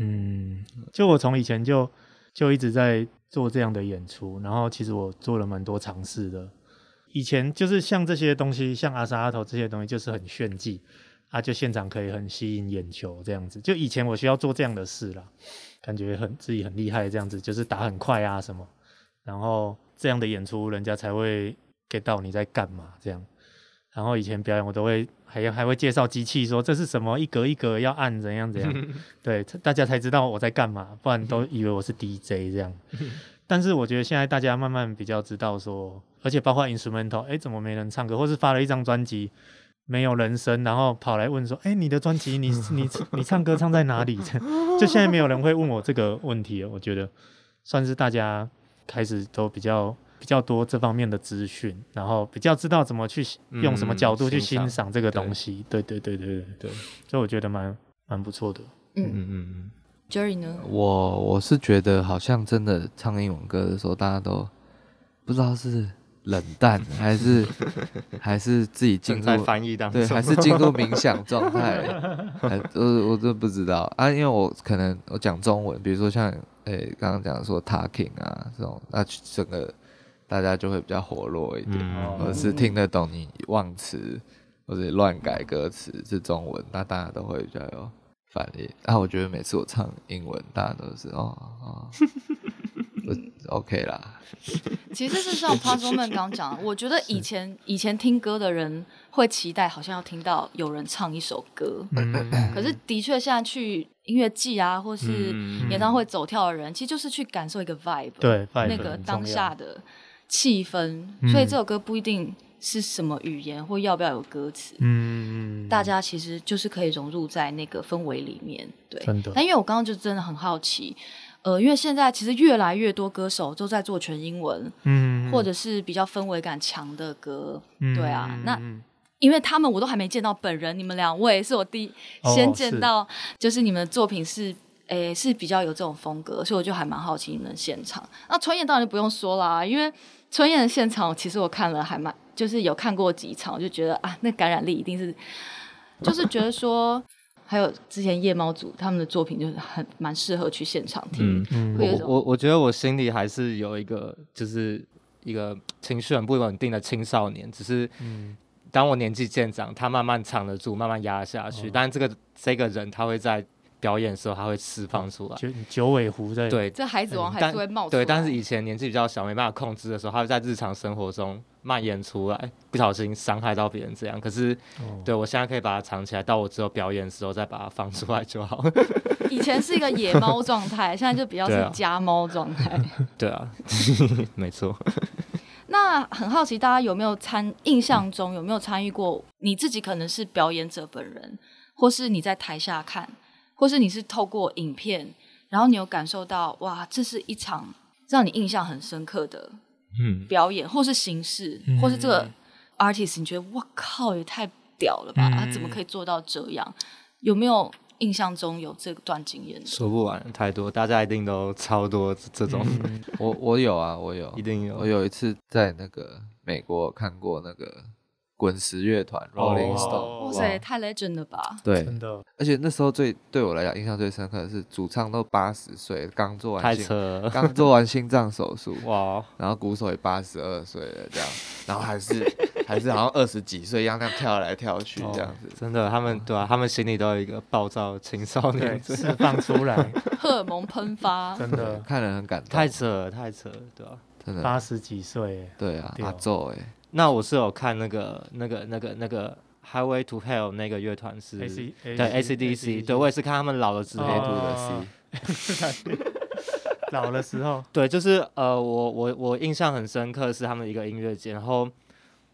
Speaker 4: 嗯，就我从以前就就一直在做这样的演出，然后其实我做了蛮多尝试的。以前就是像这些东西，像阿萨阿头这些东西，就是很炫技，啊，就现场可以很吸引眼球这样子。就以前我需要做这样的事啦，感觉很自己很厉害这样子，就是打很快啊什么，然后这样的演出人家才会 get 到你在干嘛这样。然后以前表演我都会还要还会介绍机器说这是什么一格一格要按怎样怎样，对，才大家才知道我在干嘛，不然都以为我是 DJ 这样。
Speaker 2: 嗯
Speaker 4: 但是我觉得现在大家慢慢比较知道说，而且包括 instrumental，哎，怎么没人唱歌，或是发了一张专辑没有人声，然后跑来问说，哎，你的专辑你 你你唱歌唱在哪里？ 就现在没有人会问我这个问题了，我觉得算是大家开始都比较。比较多这方面的资讯，然后比较知道怎么去用什么
Speaker 2: 嗯
Speaker 4: 角度去
Speaker 2: 欣赏
Speaker 4: 欣赏这个
Speaker 2: 对
Speaker 4: 东西。对对对对对
Speaker 2: 对，
Speaker 4: 所以我觉得蛮蛮不错的。
Speaker 3: 嗯
Speaker 2: 嗯
Speaker 3: ，Jerry 呢？
Speaker 5: 我我是觉得好像真的唱英文歌的时候，大家都不知道是冷淡还是 还是自己进
Speaker 2: 正
Speaker 5: 入
Speaker 2: 在翻译当中，
Speaker 5: 对，还 是进入冥想状态，还呃我我都不知道啊，因为我可能我讲中文，比如说像诶刚刚讲说 talking 啊这种，那整个大家就会比较活络一点。
Speaker 2: 嗯，
Speaker 5: 而是听得懂你忘词或者乱改歌词是中文，那大家都会比较有反应。啊，我觉得每次我唱英文，大家都是哦哦 我，OK 啦，
Speaker 3: 其实是像 Puzzle Man 刚讲的，我觉得以前以前听歌的人会期待，好像要听到有人唱一首歌，
Speaker 4: 嗯
Speaker 3: 可是的确，现在去音乐季啊，或是
Speaker 2: 嗯
Speaker 3: 演唱会走跳的人，其实就是去感受一个 vibe，，
Speaker 4: 对，
Speaker 3: 那个当下的气氛。
Speaker 4: 嗯
Speaker 3: 所以这首歌不一定是什么语言或要不要有歌词，
Speaker 4: 嗯，嗯
Speaker 3: 大家其实就是可以融入在那个氛围里面。对，
Speaker 4: 真的
Speaker 3: 但因为我刚刚就真的很好奇，呃，因为现在其实越来越多歌手都在做全英文，
Speaker 4: 嗯，
Speaker 3: 或者是比较氛围感强的歌，
Speaker 4: 嗯
Speaker 3: 对啊
Speaker 4: 嗯
Speaker 3: 那
Speaker 4: 嗯
Speaker 3: 因为他们我都还没见到本人，你们两位是我第一
Speaker 4: 哦
Speaker 3: 先
Speaker 4: 是
Speaker 3: 见到，就是你们的作品是。诶，是比较有这种风格，所以我就还蛮好奇你们现场。那春燕当然就不用说啦，因为春燕的现场其实我看了还蛮，就是有看过几场，我就觉得啊，那感染力一定是，就是觉得说，还有之前夜猫组他们的作品就是很蛮适合去现场听，
Speaker 2: 嗯，
Speaker 4: 嗯
Speaker 3: 会有一
Speaker 2: 我
Speaker 3: 种
Speaker 2: 我我觉得我心里还是有一个，就是一个情绪很不稳定的青少年，只是当我年纪渐长，他慢慢藏得住，慢慢压下去。但这个这个人他会在表演的时候，他会释放出来。
Speaker 4: 九九尾狐在
Speaker 2: 对
Speaker 3: 这孩子王还
Speaker 2: 嗯但
Speaker 3: 是会冒出来。啊
Speaker 2: 对，但是以前年纪比较小，没办法控制的时候，他会在日常生活中蔓延出来，不小心伤害到别人这样。可是，
Speaker 4: 哦
Speaker 2: 对我现在可以把它藏起来，到我只有表演的时候再把它放出来就好。
Speaker 3: 以前是一个野猫状态，现在就比较
Speaker 2: 对
Speaker 3: 是
Speaker 2: 啊
Speaker 3: 家猫状态。
Speaker 2: 对啊， 没错。
Speaker 3: 那很好奇，大家有没有参印象中有没有参与过？你自己可能是表演者本人，或是你在台下看，或是你是透过影片，然后你有感受到哇，这是一场让你印象很深刻的
Speaker 2: 嗯，
Speaker 3: 表演，或是形式，
Speaker 4: 嗯
Speaker 3: 或是这个 artist，你觉得哇靠，也太屌了吧？
Speaker 4: 嗯
Speaker 3: 他怎么可以做到这样？有没有印象中有这段经验？
Speaker 2: 说不完，太多，大家一定都超多这这种，
Speaker 5: 我我有啊，我有
Speaker 2: 一，定
Speaker 5: 我
Speaker 2: 有。
Speaker 5: 有一次在那个美国看过那个滚石乐团
Speaker 2: 哦
Speaker 5: Rolling Stone，、
Speaker 3: 哇塞，太 legend 了吧！
Speaker 5: 对，
Speaker 4: 真的
Speaker 5: 而且那时候最对我来讲印象最深刻的是主唱都八十岁，刚做
Speaker 2: 太
Speaker 5: 完
Speaker 2: 扯
Speaker 5: 心
Speaker 2: 了，
Speaker 5: 刚做完心脏手术，
Speaker 2: 哇！
Speaker 5: 然后鼓手也八十二岁了这样，然后还是还是好像二十几岁一样那样跳来跳去这样子，
Speaker 2: 哦真的，他们对啊，他们心里都有一个暴躁青少
Speaker 4: 对
Speaker 2: 年，
Speaker 4: 释放出来，
Speaker 3: 荷尔蒙喷发，
Speaker 4: 真
Speaker 5: 对
Speaker 4: 的
Speaker 5: 看人很感动，
Speaker 2: 太扯了，太扯了，对啊。
Speaker 5: 真的
Speaker 4: 八十几岁耶，
Speaker 5: 对啊，
Speaker 4: 对哦
Speaker 5: 阿宙哎，
Speaker 2: 那我是有看那个、那个、那个、那个 Highway to Hell 那个乐团是
Speaker 4: AC
Speaker 2: 对
Speaker 4: AC/DC
Speaker 2: ACDC，对我也是看他们老了之后，
Speaker 5: 黑兔的
Speaker 4: 哦
Speaker 5: C，
Speaker 4: 老的时候，
Speaker 2: 对，就是呃，我我我印象很深刻是他们一个音乐节，然后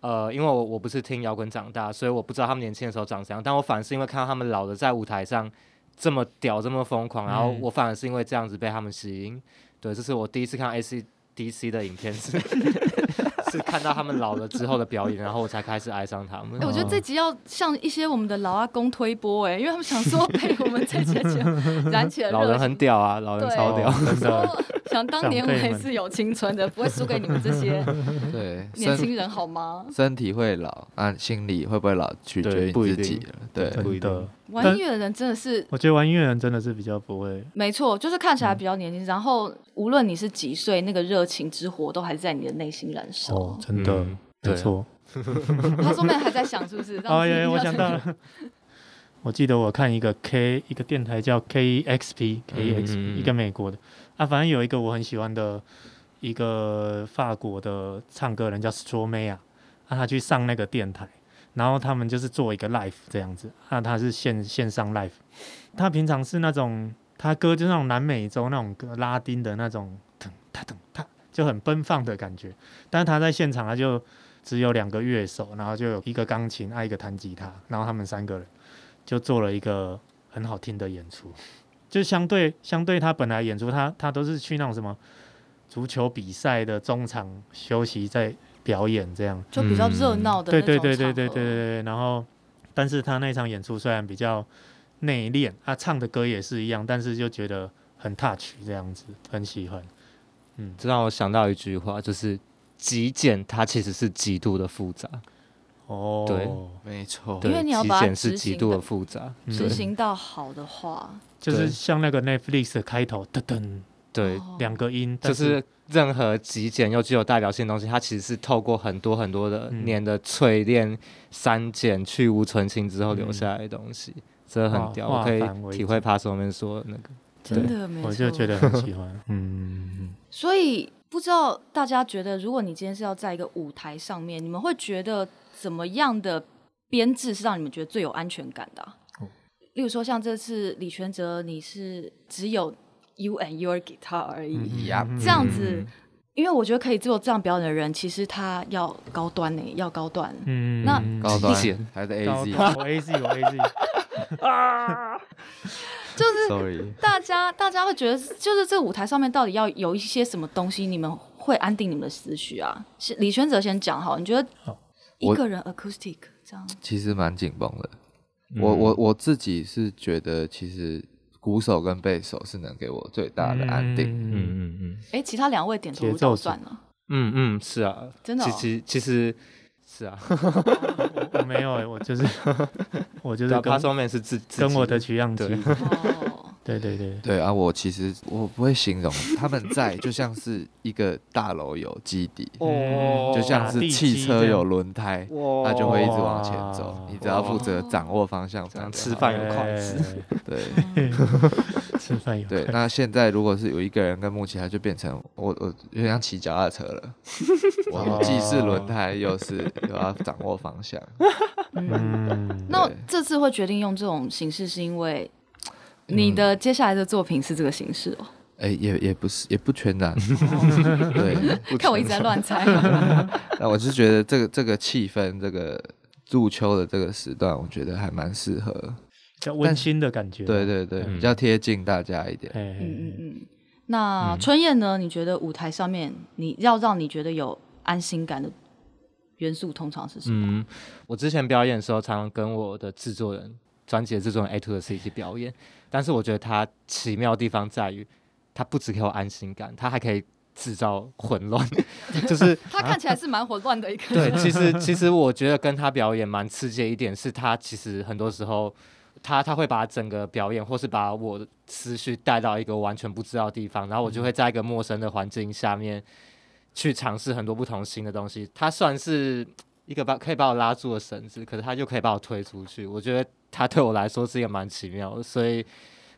Speaker 2: 呃，因为我我不是听摇滚长大，所以我不知道他们年轻的时候长怎样，但我反而是因为看到他们老的在舞台上这么屌、这么疯狂，然后
Speaker 4: 嗯
Speaker 2: 我反而是因为这样子被他们吸引。对，这是我第一次看 AC DC 的影片是 是看到他们老了之后的表演，然后我才开始爱上他们。
Speaker 3: 哎、我觉
Speaker 4: 嗯
Speaker 3: 得这集要向一些我们的老阿公推波哎、因为他们想说被我们这集的节 目燃起了热
Speaker 2: 老人很
Speaker 3: 情
Speaker 2: 屌啊，老 人
Speaker 3: 对
Speaker 2: 超屌。
Speaker 4: 哦 真 的，
Speaker 3: 说想当年我
Speaker 4: 长辈
Speaker 3: 也
Speaker 4: 们
Speaker 3: 是有青春的，不会输给你们这 些
Speaker 2: 嗯
Speaker 5: 对，身
Speaker 3: 年轻人好吗？
Speaker 5: 身体会老，啊，心理会不会老取决
Speaker 2: 对
Speaker 5: 于
Speaker 2: 不
Speaker 5: 你
Speaker 2: 一
Speaker 5: 自己
Speaker 2: 定
Speaker 5: 了，对，
Speaker 2: 不一
Speaker 4: 真
Speaker 2: 定
Speaker 4: 的，
Speaker 3: 玩
Speaker 4: 但
Speaker 3: 音乐的人真的是
Speaker 4: 我觉得玩音乐人真的是比较不会，
Speaker 3: 没错，就是看起来比较年轻，然后无论你是几岁，那个热情之火都还是在你的内心燃烧。
Speaker 4: 哦，真的
Speaker 2: 嗯
Speaker 4: 没
Speaker 2: 对啊
Speaker 4: 错。
Speaker 3: 他说妹还在想是不 是？让
Speaker 4: 哦
Speaker 3: 自己
Speaker 4: 耶，我
Speaker 3: 要
Speaker 4: 想到了，我记得我看一个 K 一个电台叫 E KXP KX
Speaker 2: 嗯嗯嗯
Speaker 4: 一个美国的啊，反正有一个我很喜欢的一个法国的唱歌人叫 Stromae 啊，啊他去上那个电台，然后他们就是做一个 live 这样子，啊他是线线上 live，他平常是那种他歌就是那种南美洲那种歌拉丁的那种噔他噔他就很奔放的感觉，但是他在现场他就。只有两个乐手，然后就有一个钢琴，啊，一个弹吉他，然后他们三个人就做了一个很好听的演出。就相对相对他本来演出，他他都是去那种什么足球比赛的中场休息再表演这样。
Speaker 3: 就比较热闹的那
Speaker 4: 嗯对
Speaker 3: 种
Speaker 4: 对对对对对对
Speaker 3: 场合
Speaker 4: 对。然后，但是他那场演出虽然比较内敛，他、唱的歌也是一样，但是就觉得很 touch 这样子，很喜欢。嗯，
Speaker 2: 这让我想到一句话，就是极简它其实是极度的复杂。
Speaker 4: 哦，
Speaker 2: 对
Speaker 5: 没错，
Speaker 2: 对，
Speaker 3: 因为你要
Speaker 2: 极
Speaker 3: 把它
Speaker 2: 简是
Speaker 3: 执
Speaker 2: 极
Speaker 3: 行
Speaker 2: 度
Speaker 3: 的哦
Speaker 2: 的复杂，
Speaker 4: 嗯
Speaker 3: 执行到好的话，
Speaker 4: 就是
Speaker 2: 对
Speaker 4: 像那个 Netflix 的开头，噔噔
Speaker 2: 对，
Speaker 3: 哦
Speaker 4: 两个音，
Speaker 2: 就
Speaker 4: 但
Speaker 2: 是任何极简又具有代表性的东西，它其实是透过很多很多的
Speaker 4: 嗯
Speaker 2: 年的淬炼、删减、去无存菁之后留
Speaker 4: 嗯
Speaker 2: 下来的东西，真的
Speaker 4: 化
Speaker 2: 很屌。
Speaker 4: 化
Speaker 2: 我可以
Speaker 4: 繁为
Speaker 2: 体会
Speaker 4: 简
Speaker 2: p a s 后面说的那个，
Speaker 3: 真的没错。
Speaker 4: 我就觉得很喜欢。嗯，
Speaker 3: 所以不知道大家觉得，如果你今天是要在一个舞台上面，你们会觉得怎么样的编制是让你们觉得最有安全感的啊、
Speaker 4: 哦
Speaker 3: 例如说，像这次李全哲，你是只有 you and your guitar 而
Speaker 4: 嗯
Speaker 3: 已，
Speaker 5: 呀，
Speaker 3: 这样子，因为我觉得可以做这样表演的人，其实他要高端呢、要高端。
Speaker 4: 嗯
Speaker 3: 那
Speaker 5: 高端
Speaker 2: 极简
Speaker 5: 还是
Speaker 4: 高
Speaker 5: A Z，
Speaker 4: 端我 A Z 我 A Z，
Speaker 3: 就是
Speaker 5: ，sorry，
Speaker 3: 大家大家会觉得，就是这个舞台上面到底要有一些什么东西，你们会安定你们的思绪啊？是李轩哲先讲好，你觉得
Speaker 4: 好
Speaker 3: 一
Speaker 5: 我
Speaker 3: 个人 acoustic 这样
Speaker 5: 其实蛮紧绷的。我我我自己是觉得，其实鼓手跟贝手是能给我最大的安定。
Speaker 2: 嗯
Speaker 4: 嗯，
Speaker 2: 嗯嗯
Speaker 3: 哎、其他两位点头
Speaker 4: 节
Speaker 3: 如
Speaker 4: 奏
Speaker 3: 捣
Speaker 4: 是
Speaker 3: 蒜了。
Speaker 2: 嗯嗯，是啊，
Speaker 3: 真的哦
Speaker 2: 其其其实是啊，
Speaker 4: 我
Speaker 5: 嗯
Speaker 4: 没有、欸，我就是 我就是
Speaker 2: 对啊
Speaker 4: 跟
Speaker 2: p a s o m a n 是自自己
Speaker 4: 跟我的取样机，
Speaker 2: 对
Speaker 3: 哦，
Speaker 4: 对对对，
Speaker 5: 对啊，我其实我不会形容 他们在，就像是一个大楼有基底，
Speaker 4: 哦
Speaker 5: 就像
Speaker 4: 打
Speaker 5: 是
Speaker 4: 地
Speaker 5: 汽
Speaker 4: 基
Speaker 5: 车
Speaker 4: 这样
Speaker 5: 有轮胎，
Speaker 2: 哇
Speaker 5: 它就会一直往前走
Speaker 4: 哇。
Speaker 5: 你只要负责掌握方向
Speaker 2: 这
Speaker 5: 盘
Speaker 2: 样
Speaker 5: 就好，
Speaker 2: 吃饭有筷子，
Speaker 4: 哎
Speaker 5: 对
Speaker 4: 吃饭有
Speaker 5: 对。
Speaker 4: 筷
Speaker 5: 那现在如果是有一个人跟木奇，他就变成我我有点像骑脚踏车 了，我既是轮胎，又是又要掌握方向。
Speaker 3: 嗯，
Speaker 4: 嗯，
Speaker 3: 那
Speaker 5: 对
Speaker 3: 这次会决定用这种形式，是因为
Speaker 2: 嗯
Speaker 3: 你的接下来的作品是这个形式哦。
Speaker 5: 哎，也也不是，也不全然，哦对， 不
Speaker 3: 看我一直
Speaker 5: 全然
Speaker 3: 在乱猜，
Speaker 5: 那我是觉得这个这个气氛，这个入秋的这个时段，我觉得还蛮适合。
Speaker 4: 比较温馨的感觉，啊
Speaker 5: 对对对，
Speaker 2: 嗯
Speaker 5: 比较贴近大家一点。
Speaker 4: 哎，
Speaker 3: 嗯嗯
Speaker 4: 哎，
Speaker 3: 嗯。那春燕呢？你觉得舞台上面你要让你觉得有安心感的元素，通常是什么？
Speaker 2: 嗯，我之前表演的时候，常常跟我的制作人、专辑的制作人 A to the C 一起表演，但是我觉得它奇妙的地方在于，它不只给我安心感，它还可以制造混乱， 就是
Speaker 3: 他看起来是蛮混乱的一 个
Speaker 2: 对，其实其实我觉得跟他表演蛮刺激的一点是，他其实很多时候他他会把整个表演或是把我的思绪带到一个完全不知道的地方，然后我就会在一个陌生的环境下面去尝试很多不同新的东西。他算是一个把可以把我拉住的绳子，可是他就可以把我推出去。我觉得他对我来说是一个蛮奇妙的，所以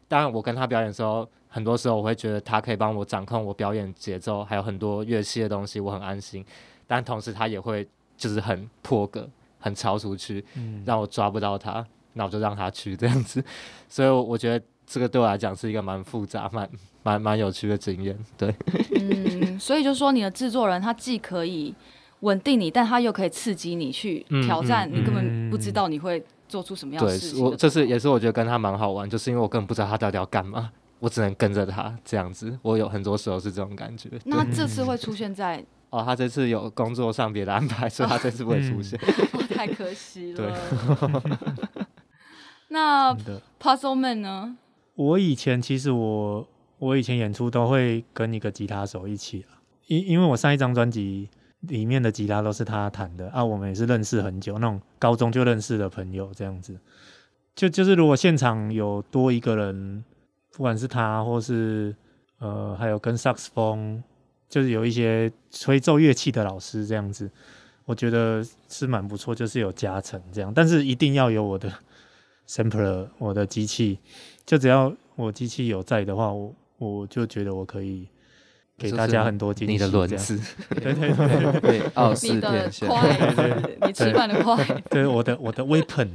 Speaker 2: 当然我跟他表演的时候。很多时候我会觉得他可以帮我掌控我表演节奏，还有很多乐器的东西，我很安心。但同时他也会就是很破格、很超出去，
Speaker 4: 嗯
Speaker 2: 让我抓不到他，那我就让他去这样子。所以我我觉得这个对我来讲是一个蛮复杂、蛮蛮蛮有趣的经验。对，
Speaker 3: 嗯，所以就说你的制作人他既可以稳定你，但他又可以刺激你去挑战
Speaker 2: 嗯嗯
Speaker 3: 你根本不知道你会做出什么样的
Speaker 2: 对
Speaker 3: 事，情的。
Speaker 2: 我这是也是我觉得跟他蛮好玩，就是因为我根本不知道他到底要干嘛。我只能跟着他这样子，我有很多时候是这种感觉。
Speaker 3: 那这次会出现 在，
Speaker 2: 哦，他这次有工作上别的安排，所以他这次不会出现。
Speaker 3: 哦太可惜了。那
Speaker 4: 真的。
Speaker 3: Puzzle Man 呢？
Speaker 4: 我以前其实我我以前演出都会跟一个吉他手一起啊，因因为我上一张专辑里面的吉他都是他弹的啊，我们也是认识很久，那种高中就认识的朋友这样子。就就是如果现场有多一个人，不管是他或是呃还有跟萨克斯风，就是有一些吹奏乐器的老师这样子，我觉得是蛮不错，就是有加成这样，但是一定要有我的 sampler 我的机器。就只要我机器有在的话，我我就觉得我可以给大家很多惊喜。
Speaker 2: 你的 轮子，
Speaker 4: 这样，对对对
Speaker 5: 对，傲
Speaker 3: 你
Speaker 5: 视
Speaker 3: 的
Speaker 5: 天下。
Speaker 3: 筷子，你吃饭的筷子。
Speaker 4: 对，我的我的 weapon，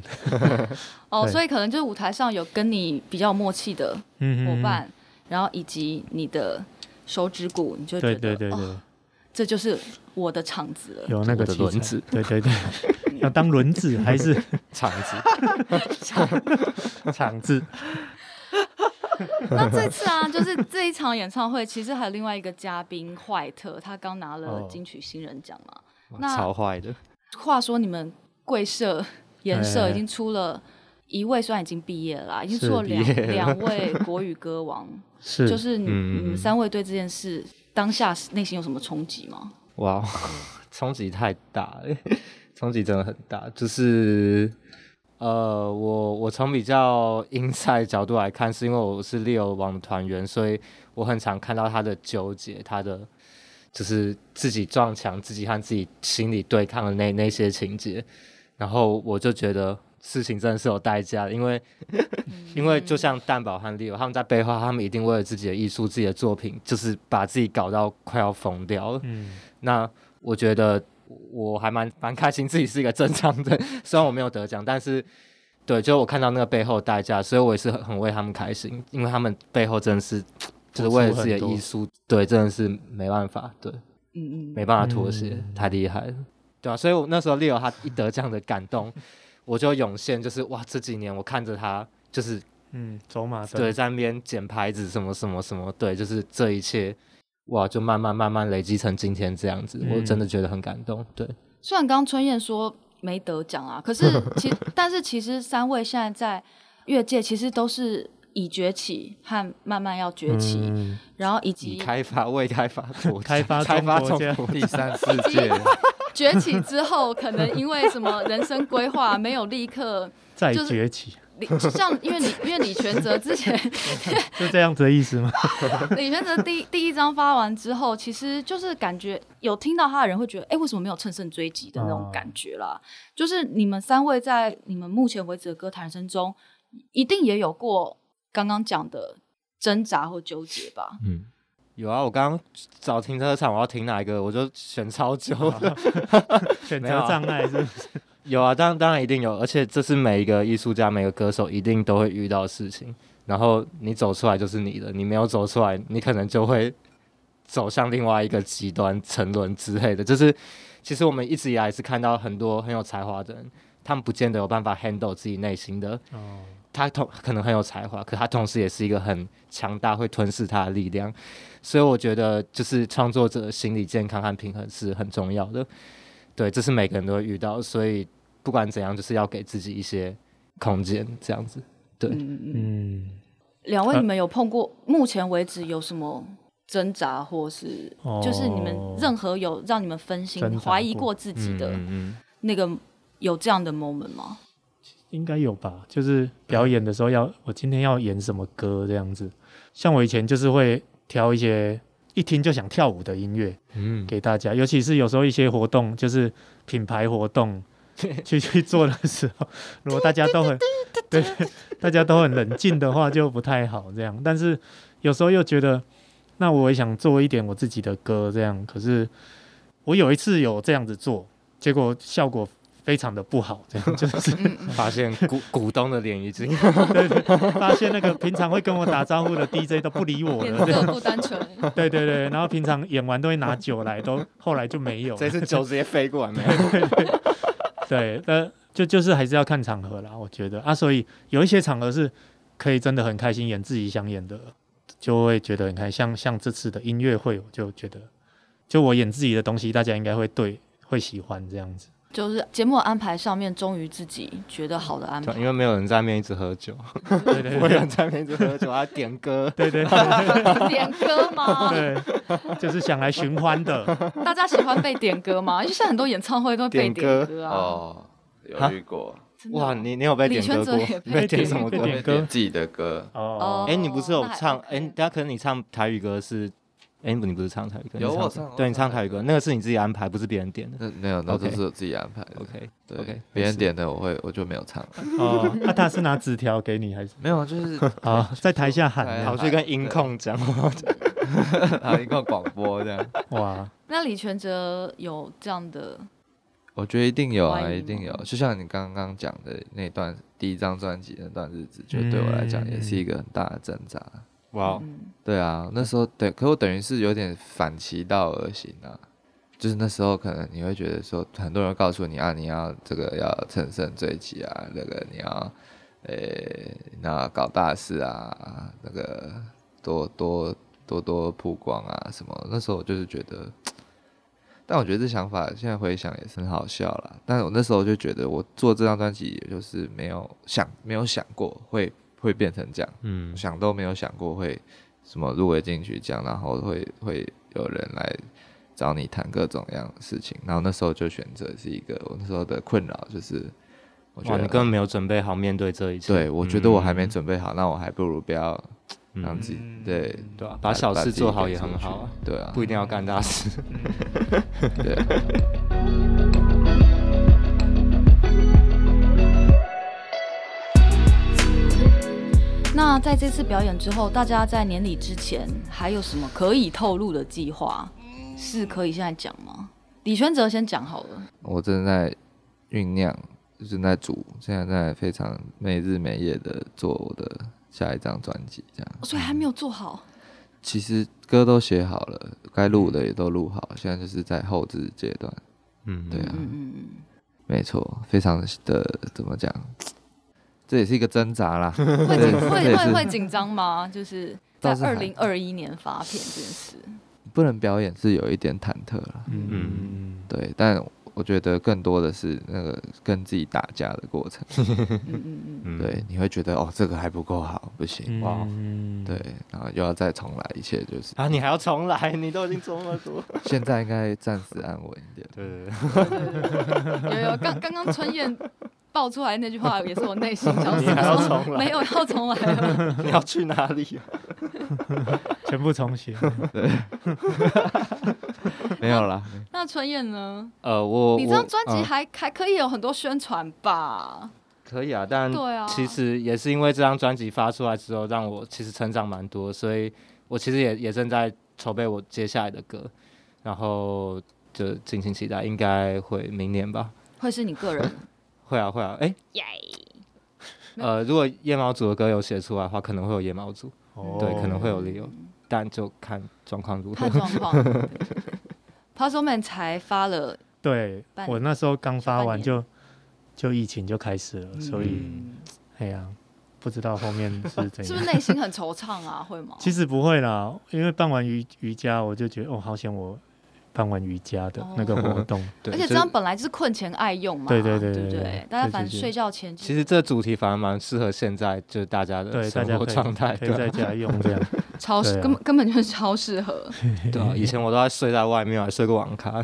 Speaker 3: 哦，
Speaker 4: 对
Speaker 3: 所以可能就是舞台上有跟你比较有默契的
Speaker 4: 嗯
Speaker 3: 伙，伴，然后以及你的手指骨，你就觉
Speaker 4: 对
Speaker 3: 得
Speaker 4: 对对对
Speaker 3: 哦，，这就是我的场子了。
Speaker 4: 有那个
Speaker 2: 我的
Speaker 4: 器材
Speaker 2: 轮子，
Speaker 4: 对对对， 要当轮子还是
Speaker 2: 场子。
Speaker 4: 场子？
Speaker 3: 那这次啊，就是这一场演唱会，其实还有另外一个嘉宾坏特，他刚拿了
Speaker 4: 哦
Speaker 3: 金曲新人奖嘛。
Speaker 2: 哇
Speaker 3: 那
Speaker 2: 超坏的，
Speaker 3: 话说你们贵 社、颜社
Speaker 4: 哎
Speaker 3: 已经出了一位，虽然已经毕业了啊，已经
Speaker 4: 是
Speaker 3: 出了两
Speaker 2: 毕业了
Speaker 3: 两位国语歌 王，
Speaker 4: 是，
Speaker 3: 就是你
Speaker 2: 嗯
Speaker 3: 你们三位对这件事当下内心有什么冲击吗？
Speaker 2: 哇，冲击太大了， 冲击真的很大。就是呃，我我从比较 inside 的角度来看，是因为我是猎友网的团员，所以我很常看到他的纠结，他的就是自己撞墙，自己和自己心理对抗的那那些情节。然后我就觉得事情真的是有代价的，因为 因为就像蛋宝和 Leo 他们在背后，他们一定为了自己的艺术、自己的作品，就是把自己搞到快要疯掉了。
Speaker 4: 嗯，
Speaker 2: 那我觉得我还蛮 蛮开心，自己是一个正常人， 虽然我没有得奖，但是对，就我看到那个背后的代价，所以我也是很很为他们开心，因为他们背后真的是就是为了自己的艺术，对，真的是没办法，对，
Speaker 3: 嗯嗯，
Speaker 2: 没办法妥协，
Speaker 4: 嗯
Speaker 2: 太厉害了，对啊，所以我那时候 Leo 他一得奖的感动，我就涌现，就是哇，这几年我看着他就是
Speaker 4: 嗯，走马灯，
Speaker 2: 对，在那边捡牌子什么什么什么，对，就是这一切，哇，就慢慢慢慢累积成今天这样子，我
Speaker 4: 嗯
Speaker 2: 真的觉得很感动。对，
Speaker 3: 虽然刚刚春燕说没得奖啊， 可是其但是其实三位现在在乐界其实都是已崛起和慢慢要崛起，
Speaker 4: 嗯
Speaker 3: 然后以
Speaker 2: 已
Speaker 3: 及
Speaker 2: 开发未开发国
Speaker 4: 开发
Speaker 2: 开发
Speaker 4: 中国家
Speaker 2: 国
Speaker 5: 第三世界，
Speaker 3: 崛起之后，可能因为什么人生规划没有立刻
Speaker 4: 再
Speaker 3: 就是
Speaker 4: 崛起，
Speaker 3: 李像因为李因为李全哲之前
Speaker 4: 就这样子的意思 吗？
Speaker 3: 李全哲第第一张发完之后，其实就是感觉有听到他的人会觉得，哎、为什么没有乘胜追击的那
Speaker 4: 嗯
Speaker 3: 种感觉啦？就是你们三位在你们目前为止的歌坛生中，一定也有过刚刚讲的挣扎或纠结吧？
Speaker 2: 嗯，有啊，我刚刚找停车场，我要停哪一个，我就选超久的。
Speaker 4: 选
Speaker 2: 没
Speaker 4: 择
Speaker 2: 有啊
Speaker 4: 障碍是不是？
Speaker 2: 有啊，当然当然一定有，而且这是每一个艺术家、每个歌手一定都会遇到的事情。然后你走出来就是你的，你没有走出来，你可能就会走向另外一个极端，沉沦之类的。就是其实我们一直以来是看到很多很有才华的人，他们不见得有办法 handle 自己内心的
Speaker 4: 哦，
Speaker 2: 他同可能很有才华，可他同时也是一个很强大、会吞噬他的力量。所以我觉得，就是创作者的心理健康和平衡是很重要的。对，这是每个人都会遇到，所以不管怎样，就是要给自己一些空间，这样子。对
Speaker 3: 嗯，
Speaker 4: 嗯，
Speaker 3: 两位
Speaker 4: 呃
Speaker 3: 你们有碰过？目前为止有什么？挣扎，或是
Speaker 4: 哦
Speaker 3: 嗯就是你们任何有让你们分心
Speaker 4: 挣、扎
Speaker 3: 怀疑
Speaker 4: 过
Speaker 3: 过自己的
Speaker 2: 嗯嗯
Speaker 3: 那个有这样的 moment 吗？
Speaker 4: 应该有吧？就是表演的时候要，我今天要演什么歌这样子。像我以前就是会挑一些一听就想跳舞的音乐
Speaker 2: 嗯，
Speaker 4: 给大家，尤其是有时候一些活动，就是品牌活 动去去做的时候，如果大家都很对， 大家都很冷静的话，就不太好这样。但是有时候又觉得，那我也想做一点我自己的歌这样，可是我有一次有这样子做，结果效果非常的不好，这 样就是。
Speaker 2: 发现 股嗯股东的脸已经
Speaker 4: 发现那个平常会跟我打招呼的 DJ 都不理我
Speaker 3: 脸
Speaker 4: 了，
Speaker 3: 色不单纯，
Speaker 4: 对对对，然后平常演完都会拿酒来，都后来就没有了，
Speaker 2: 这次酒直接飞过来，没有？
Speaker 4: 对，呃，就就是还是要看场合啦，我觉得啊，所以有一些场合是可以真的很开心演自己想演的，就会觉得很开心，像像这次的音乐会，我就觉得就我演自己的东西，大家应该会对会喜欢这样子，
Speaker 3: 就是节目安排上面，终于自己觉得好的安
Speaker 2: 对
Speaker 3: 排，
Speaker 2: 因为没有人在那边一直喝酒，
Speaker 4: 对对
Speaker 2: 没有
Speaker 4: 对
Speaker 2: 人在那边一直喝酒，他点 歌。
Speaker 4: 对对对
Speaker 5: 嗯
Speaker 3: 点歌吗？
Speaker 4: 对，就是想来寻欢的，
Speaker 3: 大家喜欢被点歌吗？因 为现在很多演唱会都会被
Speaker 2: 点歌
Speaker 3: 点歌啊。
Speaker 6: 哦，有
Speaker 2: 哈
Speaker 6: 遇过，
Speaker 3: 真的
Speaker 2: 哇，你你有被
Speaker 3: 李
Speaker 2: 点
Speaker 3: 全
Speaker 2: 歌
Speaker 3: 哲
Speaker 2: 过
Speaker 3: 也？
Speaker 2: 你
Speaker 3: 被
Speaker 2: 被哦点
Speaker 3: 点
Speaker 2: 什么
Speaker 4: 被
Speaker 2: 歌？
Speaker 4: 点歌
Speaker 6: 点自己的歌，
Speaker 4: 哦
Speaker 3: 哦
Speaker 2: 哎、你不是有唱？
Speaker 3: 那还
Speaker 2: 哎、
Speaker 3: OK
Speaker 2: 等下可能你唱台语歌是，哎、你不你不是唱台语歌？
Speaker 5: 有
Speaker 2: 你
Speaker 5: 我
Speaker 2: 什么
Speaker 5: 唱我
Speaker 2: 对你
Speaker 5: 唱
Speaker 2: 唱台
Speaker 5: 台
Speaker 2: 语
Speaker 5: 语
Speaker 2: 歌，
Speaker 5: 歌
Speaker 2: 那个是你自己安排，不是别人点的。
Speaker 5: 那没有，那
Speaker 2: OK
Speaker 5: 都是我自己安排的。
Speaker 2: OK，OK，
Speaker 5: 对，别
Speaker 2: 没
Speaker 5: 人
Speaker 2: 事
Speaker 5: 点的我会我就没有唱，
Speaker 4: 哦，那、他是拿纸条给你还是？
Speaker 5: 没有， 就是
Speaker 4: 啊、在台下喊
Speaker 5: 哎
Speaker 4: 啊
Speaker 2: 跑去跟音 控讲，
Speaker 5: 啊一个广播这 样。
Speaker 4: 哇，
Speaker 3: 那李全哲有这样的，
Speaker 5: 我觉得一定有
Speaker 3: 怀
Speaker 5: 啊，
Speaker 3: 疑
Speaker 5: 一定
Speaker 3: 吗
Speaker 5: 有。就像你刚刚讲的那段第一张专辑那段日子，觉得对我来
Speaker 4: 嗯
Speaker 5: 讲也是一个很大的挣扎。
Speaker 2: 哇，
Speaker 3: 嗯，
Speaker 5: 对啊，那时候对，可我等于是有点反其道而行啊。就是那时候可能你会觉得说，很多人告诉你啊，你要这个要乘胜追击啊，那个你要，呃、那搞大事啊，那个多多多多曝光啊什么。那时候我就是觉得，但我觉得这想法现在回想也是很好笑啦。但我那时候就觉得，我做这张专辑，也就是没有想没有想过会会变成这样。
Speaker 2: 嗯，
Speaker 5: 想都没有想过会什么入围进去这样，然后会会有人来找你谈各种样的事情。然后那时候就选择是一个我那时候的困扰，就是我觉
Speaker 2: 哇，你
Speaker 5: 得
Speaker 2: 根本没有准备好面对这一切。
Speaker 5: 对我觉得我还没
Speaker 2: 嗯
Speaker 5: 准备好，那我还不如不要
Speaker 2: 嗯
Speaker 5: 让自己、
Speaker 4: 嗯
Speaker 5: 对
Speaker 2: 对啊，把小事做好也很好啊
Speaker 5: 啊，，对啊，
Speaker 2: 不一定要干大事。
Speaker 5: 对啊。
Speaker 3: 那在这次表演之后，大家在年底之前还有什么可以透露的计划？是可以现在讲吗？李全哲先讲好了。
Speaker 5: 我正在酝酿，正在煮，现在在非常没日没夜的做我的下一张专辑，这样。
Speaker 3: 所以还没有做好，
Speaker 5: 其实歌都写好了，该录的也都录好，现在就是在后置阶段。
Speaker 2: 嗯，
Speaker 5: 对啊，
Speaker 3: 嗯嗯嗯，
Speaker 5: 没错，非常的怎么讲，这也是一个挣扎啦。
Speaker 3: 会
Speaker 5: 对
Speaker 3: 紧
Speaker 5: 这
Speaker 3: 会
Speaker 5: 也
Speaker 3: 会
Speaker 5: 是
Speaker 3: 会紧张吗？就是在
Speaker 5: 倒是还
Speaker 3: 二零二一年发片这件事，
Speaker 5: 不能表演是有一点忐忑啦。
Speaker 4: 嗯
Speaker 2: 嗯
Speaker 5: 对，但我觉得更多的是那个跟自己打架的过程。
Speaker 3: 嗯嗯嗯，
Speaker 2: 嗯
Speaker 5: 对，你会觉得哦，这个还不够好，不行，
Speaker 4: 嗯
Speaker 2: 哇
Speaker 4: 嗯
Speaker 5: 对，然后又要再重来一切，就是
Speaker 2: 啊，你还要重来，你都已经做那么多。
Speaker 5: 现在应该暂时安稳一点。
Speaker 2: 对对 对，
Speaker 3: 有有，刚刚刚春燕爆出来那句话也是我内心想
Speaker 2: 你还要
Speaker 3: 说，
Speaker 2: 重来，
Speaker 3: 没有要重来 了，
Speaker 2: 你要去哪里啊？
Speaker 4: 全部重写。
Speaker 5: 没有啦，
Speaker 3: 那春燕呢？
Speaker 2: 呃，我
Speaker 3: 你这
Speaker 2: 我
Speaker 3: 张专
Speaker 4: 啊
Speaker 3: 辑
Speaker 2: 嗯
Speaker 3: 还还可以有很多宣传吧？
Speaker 2: 可以啊，但
Speaker 3: 对啊
Speaker 2: 其实也是因为这张专辑发出来之后，让我其实成长蛮多，所以我其实也也正在筹备我接下来的歌，然后就敬请期待，应该会明年吧。
Speaker 3: 会是你个 人
Speaker 2: 会啊会啊，哎、
Speaker 7: 耶、
Speaker 2: 呃，如果夜猫组的歌有写出来的话，可能会有夜猫组，
Speaker 4: 哦
Speaker 2: 对，可能会有理由，但就看状况如何
Speaker 3: 看。状况。对 Puzzle Man 才发了，
Speaker 4: 对
Speaker 3: 半
Speaker 4: 我那时候刚发完
Speaker 3: 年
Speaker 4: 就就疫情就开始了，所以
Speaker 2: 嗯
Speaker 4: 哎呀，不知道后面 是怎
Speaker 3: 是不是
Speaker 4: 样。
Speaker 3: 内心很惆怅啊？ 会吗？
Speaker 4: 其实不会啦，因为办完瑜瑜伽，我就觉得哦，好险我办完瑜伽的
Speaker 3: 哦
Speaker 4: 那个活 动。
Speaker 2: 对
Speaker 3: 而且
Speaker 2: 就
Speaker 3: 这张本来就是困前爱用嘛，
Speaker 4: 对对对
Speaker 3: 对
Speaker 4: 对
Speaker 3: 不
Speaker 4: 对
Speaker 3: 大家反
Speaker 4: 对对
Speaker 3: 正
Speaker 4: 对
Speaker 3: 睡觉前
Speaker 2: 其实这个主题反而蛮适合现在就是大家的
Speaker 4: 对，大
Speaker 2: 生
Speaker 4: 家
Speaker 2: 活
Speaker 4: 可以
Speaker 2: 状态，
Speaker 4: 可
Speaker 2: 对
Speaker 4: 以
Speaker 2: 啊
Speaker 4: 在家用这样。
Speaker 3: 超
Speaker 4: 对啊
Speaker 3: 根本根本就是超适合。
Speaker 2: 对啊，以前我都在睡在外面，我还睡过网咖，
Speaker 4: 好，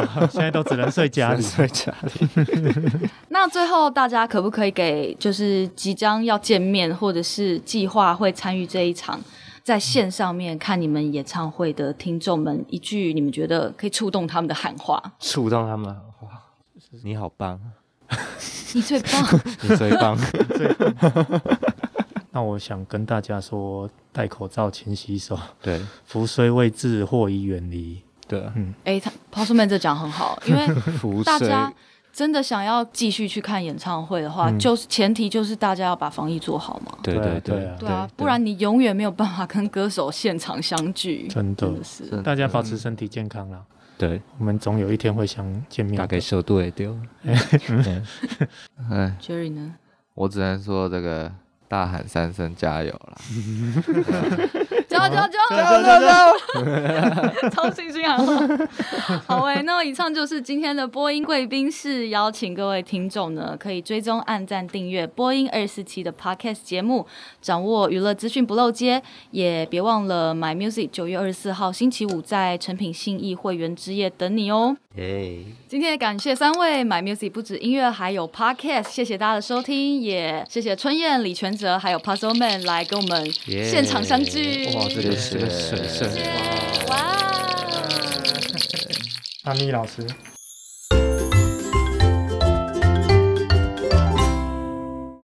Speaker 4: 哦现在都只能睡 家里。
Speaker 2: 睡家里。
Speaker 3: 那最后大家可不可以给就是即将要见面或者是计划会参与这一场在线上面看你们演唱会的听众们一句你们觉得可以触动他们的喊话？
Speaker 2: 触动他们了。哇，你好棒，
Speaker 3: 你最棒！
Speaker 2: 你最棒。
Speaker 4: 那我想跟大家说，戴口罩，勤洗手，
Speaker 2: 对
Speaker 4: 福虽未至，祸已远离。
Speaker 2: 对啊，
Speaker 3: 哎、他 p o s m a n 这讲很 好，因为
Speaker 2: 浮
Speaker 3: 大
Speaker 2: 水
Speaker 3: 家真的想要继续去看演唱会的话，就是前提就是大家要把防疫做好嘛。
Speaker 2: 对对
Speaker 4: 啊对
Speaker 2: 对
Speaker 4: 啊，
Speaker 3: 对啊，不然你永远没有办法跟歌手现场相聚。
Speaker 4: 真的
Speaker 3: 真的是，
Speaker 5: 真
Speaker 4: 大家
Speaker 2: 嗯
Speaker 4: 保持身体健康啦，
Speaker 2: 对，
Speaker 4: 我们总有一天会相见面
Speaker 2: 打
Speaker 4: 的
Speaker 2: 给。秀度也丢。对
Speaker 5: 哎，
Speaker 3: Jerry 呢？
Speaker 5: 我只能说这个大喊三声加油啦。
Speaker 3: 加油加油加油！
Speaker 4: 加油加油！
Speaker 3: 超信心喊话。好喂、那以上就是今天的播音贵宾室，邀请各位听众呢，可以追踪、按赞、订阅播音二四七的 Podcast 节目，掌握娱乐资讯不漏接，也别忘了 My Music 九月二十四号星期五在诚品信义会员之夜等你哦。
Speaker 2: 耶，
Speaker 3: 今天也感谢三位 My Music 不止音乐，还有 Podcast，谢谢大家的收听，也谢谢春燕、李全哲还有 Puzzle Man 来跟我们
Speaker 2: 耶
Speaker 3: 现场相聚。
Speaker 2: 哇，这
Speaker 5: 谢
Speaker 2: 个这
Speaker 5: 谢
Speaker 2: 个水声。
Speaker 3: 哇！
Speaker 4: 阿咪老师。